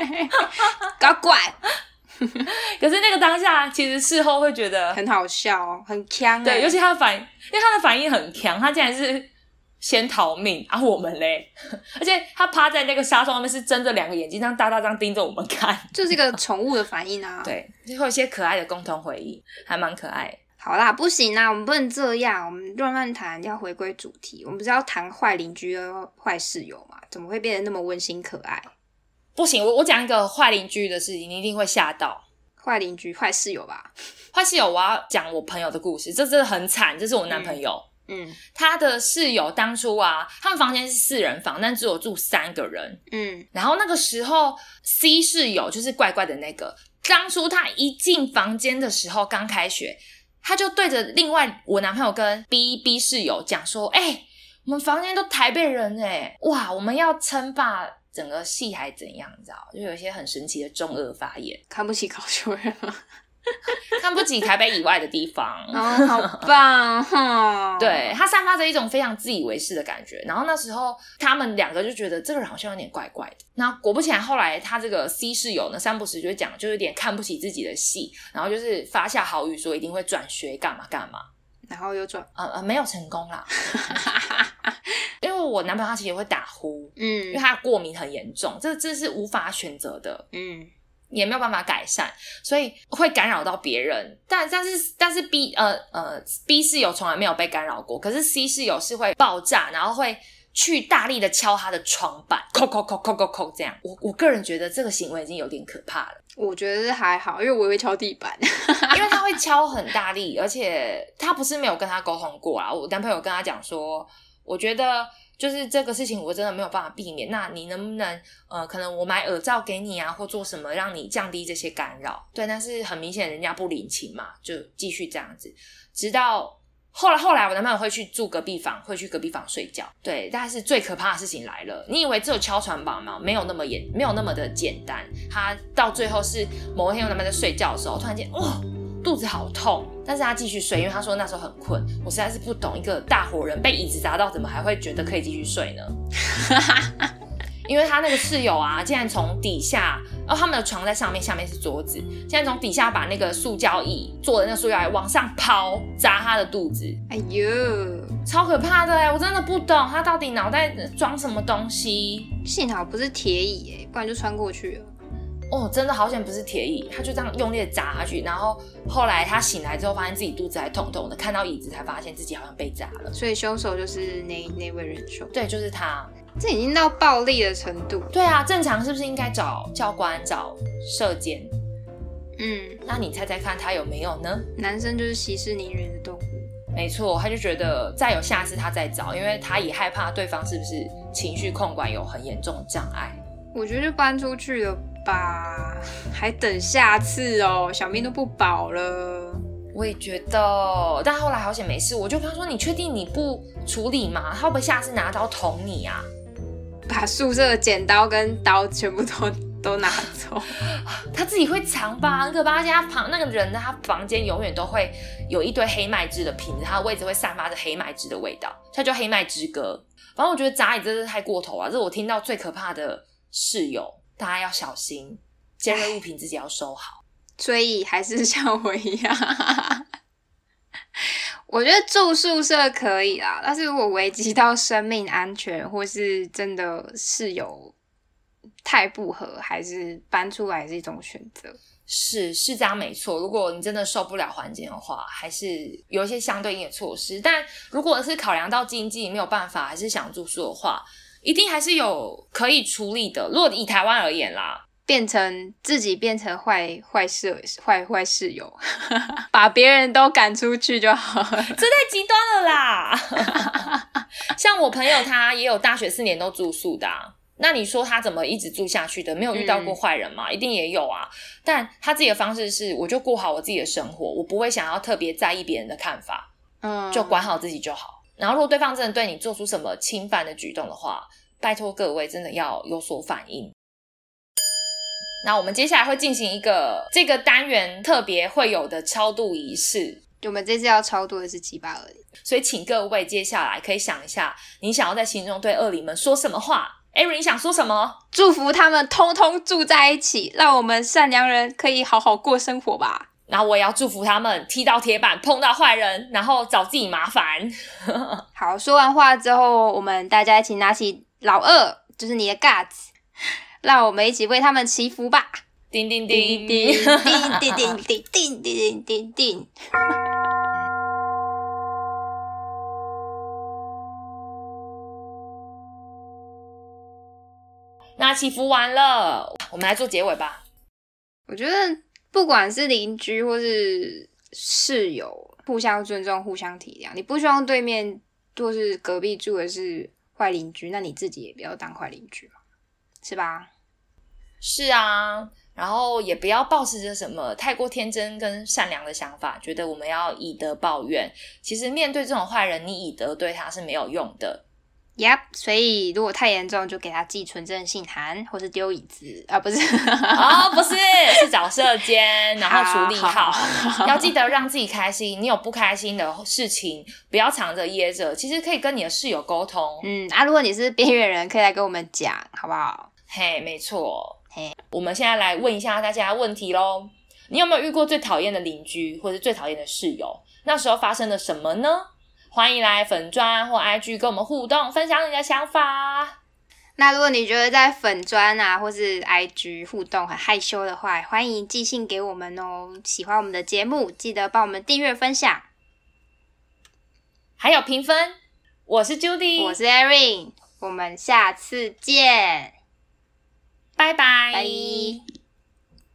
[SPEAKER 1] 搞怪，
[SPEAKER 3] 可是那个当下，其实事后会觉得
[SPEAKER 1] 很好笑，很呛、欸。
[SPEAKER 3] 对，尤其他的反，因为他的反应很强，他竟然是先逃命啊！我们嘞，而且他趴在那个纱窗外面，是睁着两个眼睛，这样大大张盯着我们看。
[SPEAKER 1] 就是一个宠物的反应啊。，
[SPEAKER 3] 对，就会有一些可爱的共同回忆，还蛮可爱。
[SPEAKER 1] 好啦，不行啦，我们不能这样，我们乱乱谈，要回归主题。我们不是要谈坏邻居、坏室友嘛？怎么会变得那么温馨可爱？
[SPEAKER 3] 不行，我我讲一个坏邻居的事情，你一定会吓到。
[SPEAKER 1] 坏邻居、坏室友吧？
[SPEAKER 3] 坏室友，我要讲我朋友的故事，这真的很惨，这是我男朋友。
[SPEAKER 1] 嗯
[SPEAKER 3] 他的室友当初啊，他们房间是四人房，但只有住三个人。
[SPEAKER 1] 嗯，
[SPEAKER 3] 然后那个时候，C 室友就是怪怪的那个，当初他一进房间的时候，刚开学，他就对着另外我男朋友跟 B B 室友讲说：“哎、我们房间都台北人哎、哇，我们要称霸整个系还怎样？你知道，就有一些很神奇的中二发言，
[SPEAKER 1] 看不起高雄人啊吗？
[SPEAKER 3] 看不起台北以外的地方。
[SPEAKER 1] 哦，好棒哈！
[SPEAKER 3] 对，他散发着一种非常自以为是的感觉。然后那时候他们两个就觉得这个人好像有点怪怪的。那果不其然，后来他这个 C 室友呢，三不时就会讲，就有点看不起自己的戏，然后就是发下豪语说一定会转学干嘛干嘛。
[SPEAKER 1] 然后又转，
[SPEAKER 3] 呃呃，没有成功啦，因为我男朋友他其实会打呼，因为
[SPEAKER 1] 嗯
[SPEAKER 3] 他过敏很严重，这这是无法选择的。
[SPEAKER 1] 嗯，
[SPEAKER 3] 也没有办法改善，所以会干扰到别人。但但是但是 B 呃呃 B 室友从来没有被干扰过，可是 C 室友是会爆炸，然后会去大力的敲他的床板，扣扣扣扣扣扣这样。我我个人觉得这个行为已经有点可怕了，
[SPEAKER 1] 我觉得是还好，因为我也会敲地板。 *laughs*
[SPEAKER 3] *laughs* 因为他会敲很大力，而且他不是没有跟他沟通过啊。我男朋友跟他讲说，我觉得。就是这个事情，我真的没有办法避免。那你能不能，呃，可能我买耳罩给你啊，或做什么让你降低这些干扰？对，但是很明显人家不领情嘛，就继续这样子，直到后来后来我男朋友会去住隔壁房，会去隔壁房睡觉。对，但是最可怕的事情来了，你以为只有敲床板吗？没有那么严，没有那么的简单。 *laughs* 他到最后是某一天我男朋友在睡觉的时候，突然间哇、肚子好痛，但是他继续睡，因为他说那时候很困。我实在是不懂，一个大活人被椅子砸到，怎么还会觉得可以继续睡呢？ *laughs* 因为他那个室友啊，竟然从底下，哦，他们的床在上面，下面是桌子，竟然从底下把那个塑胶椅坐的那个塑胶椅往上抛，砸他的肚子，
[SPEAKER 1] 哎呦，
[SPEAKER 3] 超可怕的哎、我真的不懂他到底脑袋装什么东西。
[SPEAKER 1] 幸好不是铁椅哎、不然就穿过去了。
[SPEAKER 3] 哦，真的好险不是铁椅，他就这样用力的砸下去，然后后来他醒来之后，发现自己肚子还痛痛的，看到椅子才发现自己好像被砸了。
[SPEAKER 1] 所以凶手就是那那位仁兄，
[SPEAKER 3] 对，就是他。
[SPEAKER 1] 这已经到暴力的程度。
[SPEAKER 3] 对啊，正常是不是应该找教官、找射监？
[SPEAKER 1] 嗯，
[SPEAKER 3] 那你猜猜看他有没有呢？
[SPEAKER 1] 男生就是息事宁人的动物。
[SPEAKER 3] 没错，他就觉得再有下次他再找，因为他也害怕对方是不是情绪控管有很严重的障碍。
[SPEAKER 1] 我觉得就搬出去了吧，还等下次哦，小命都不保了。
[SPEAKER 3] 我也觉得，但后来好险没事，我就跟他说：“你确定你不处理吗？他会不会下次拿刀捅你啊
[SPEAKER 1] 把宿舍的剪刀跟刀全部都 *laughs* 都拿走。？”
[SPEAKER 3] 他自己会藏吧，很可怕。而且他旁那个人的他房间永远都会有一堆黑麦汁的瓶子，他的位置会散发着黑麦汁的味道，它叫黑麦汁哥。反正我觉得杂椅真的是太过头啊了，这是我听到最可怕的室友，大家要小心，尖锐物品自己要收好。
[SPEAKER 1] 所以还是像我一样，我觉得住宿舍可以啦，但是如果危及到生命安全，或是真的室友太不合，还是搬出来是一种选择。
[SPEAKER 3] 是是这样没错，如果你真的受不了环境的话，还是有一些相对应的措施。但如果是考量到经济没有办法，还是想住宿的话，一定还是有可以处理的。如果以台湾而言啦，
[SPEAKER 1] 变成自己变成坏坏室坏坏室友， *laughs* 把别人都赶出去就好了。
[SPEAKER 3] 这太极端了啦。 *laughs* 像我朋友他也有大学四年都住宿的、啊。那你说他怎么一直住下去的？没有遇到过坏人吗？一定也有啊。但他自己的方式是，我就过好我自己的生活，我不会想要特别在意别人的看法。
[SPEAKER 1] 嗯，
[SPEAKER 3] 就管好自己就好。然后，如果对方真的对你做出什么侵犯的举动的话，拜托各位真的要有所反应。那我们接下来会进行一个这个单元特别会有的超度仪式，
[SPEAKER 1] 我们这次要超度的是吉巴尔。
[SPEAKER 3] 所以请各位接下来可以想一下，你想要在心中对恶灵们说什么话？艾瑞，你想说什么？
[SPEAKER 1] 祝福他们通通住在一起，让我们善良人可以好好过生活吧。
[SPEAKER 3] 然后我也要祝福他们踢到铁板，碰到坏人，然后找自己麻烦。
[SPEAKER 1] 好，说完话之后，我们大家一起拿起老二，就是你的 guts，让我们一起为他们祈福吧。
[SPEAKER 3] 叮叮
[SPEAKER 1] 叮
[SPEAKER 3] 叮
[SPEAKER 1] 叮叮叮叮叮叮叮叮。
[SPEAKER 3] *laughs* 那祈福完了，我们来做结尾吧。
[SPEAKER 1] 我觉得不管是邻居或是室友，互相尊重、互相体谅。你不希望对面或是隔壁住的是坏邻居，那你自己也不要当坏邻居嘛，是吧？
[SPEAKER 3] 是啊，然后也不要抱持着什么太过天真跟善良的想法，觉得我们要以德报怨。其实面对这种坏人，你以德对他是没有用的。
[SPEAKER 1] Yep，所以如果太严重，就给他寄存证信函，或是丢椅子啊，不是？ *laughs*
[SPEAKER 3] 哦，不是，是找社监，然后处理好。
[SPEAKER 1] 好
[SPEAKER 3] 要记得让自己开心，你有不开心的事情，不要藏着掖着，其实可以跟你的室友沟通。
[SPEAKER 1] 嗯啊，如果你是边缘人，可以来跟我们讲，好不好？
[SPEAKER 3] 嘿，没错。
[SPEAKER 1] 嘿，
[SPEAKER 3] 我们现在来问一下大家问题喽。你有没有遇过最讨厌的邻居，或是最讨厌的室友？那时候发生了什么呢？欢迎来粉砖或 IG 跟我们互动，分享你的想法。
[SPEAKER 1] 那如果你觉得在粉砖啊或是 IG 互动很害羞的话，欢迎寄信给我们哦。喜欢我们的节目，记得帮我们订阅、分享。
[SPEAKER 3] 还有评分。我是 Judy，
[SPEAKER 1] 我是 Erin，我们下次见，
[SPEAKER 3] 拜拜
[SPEAKER 1] 拜。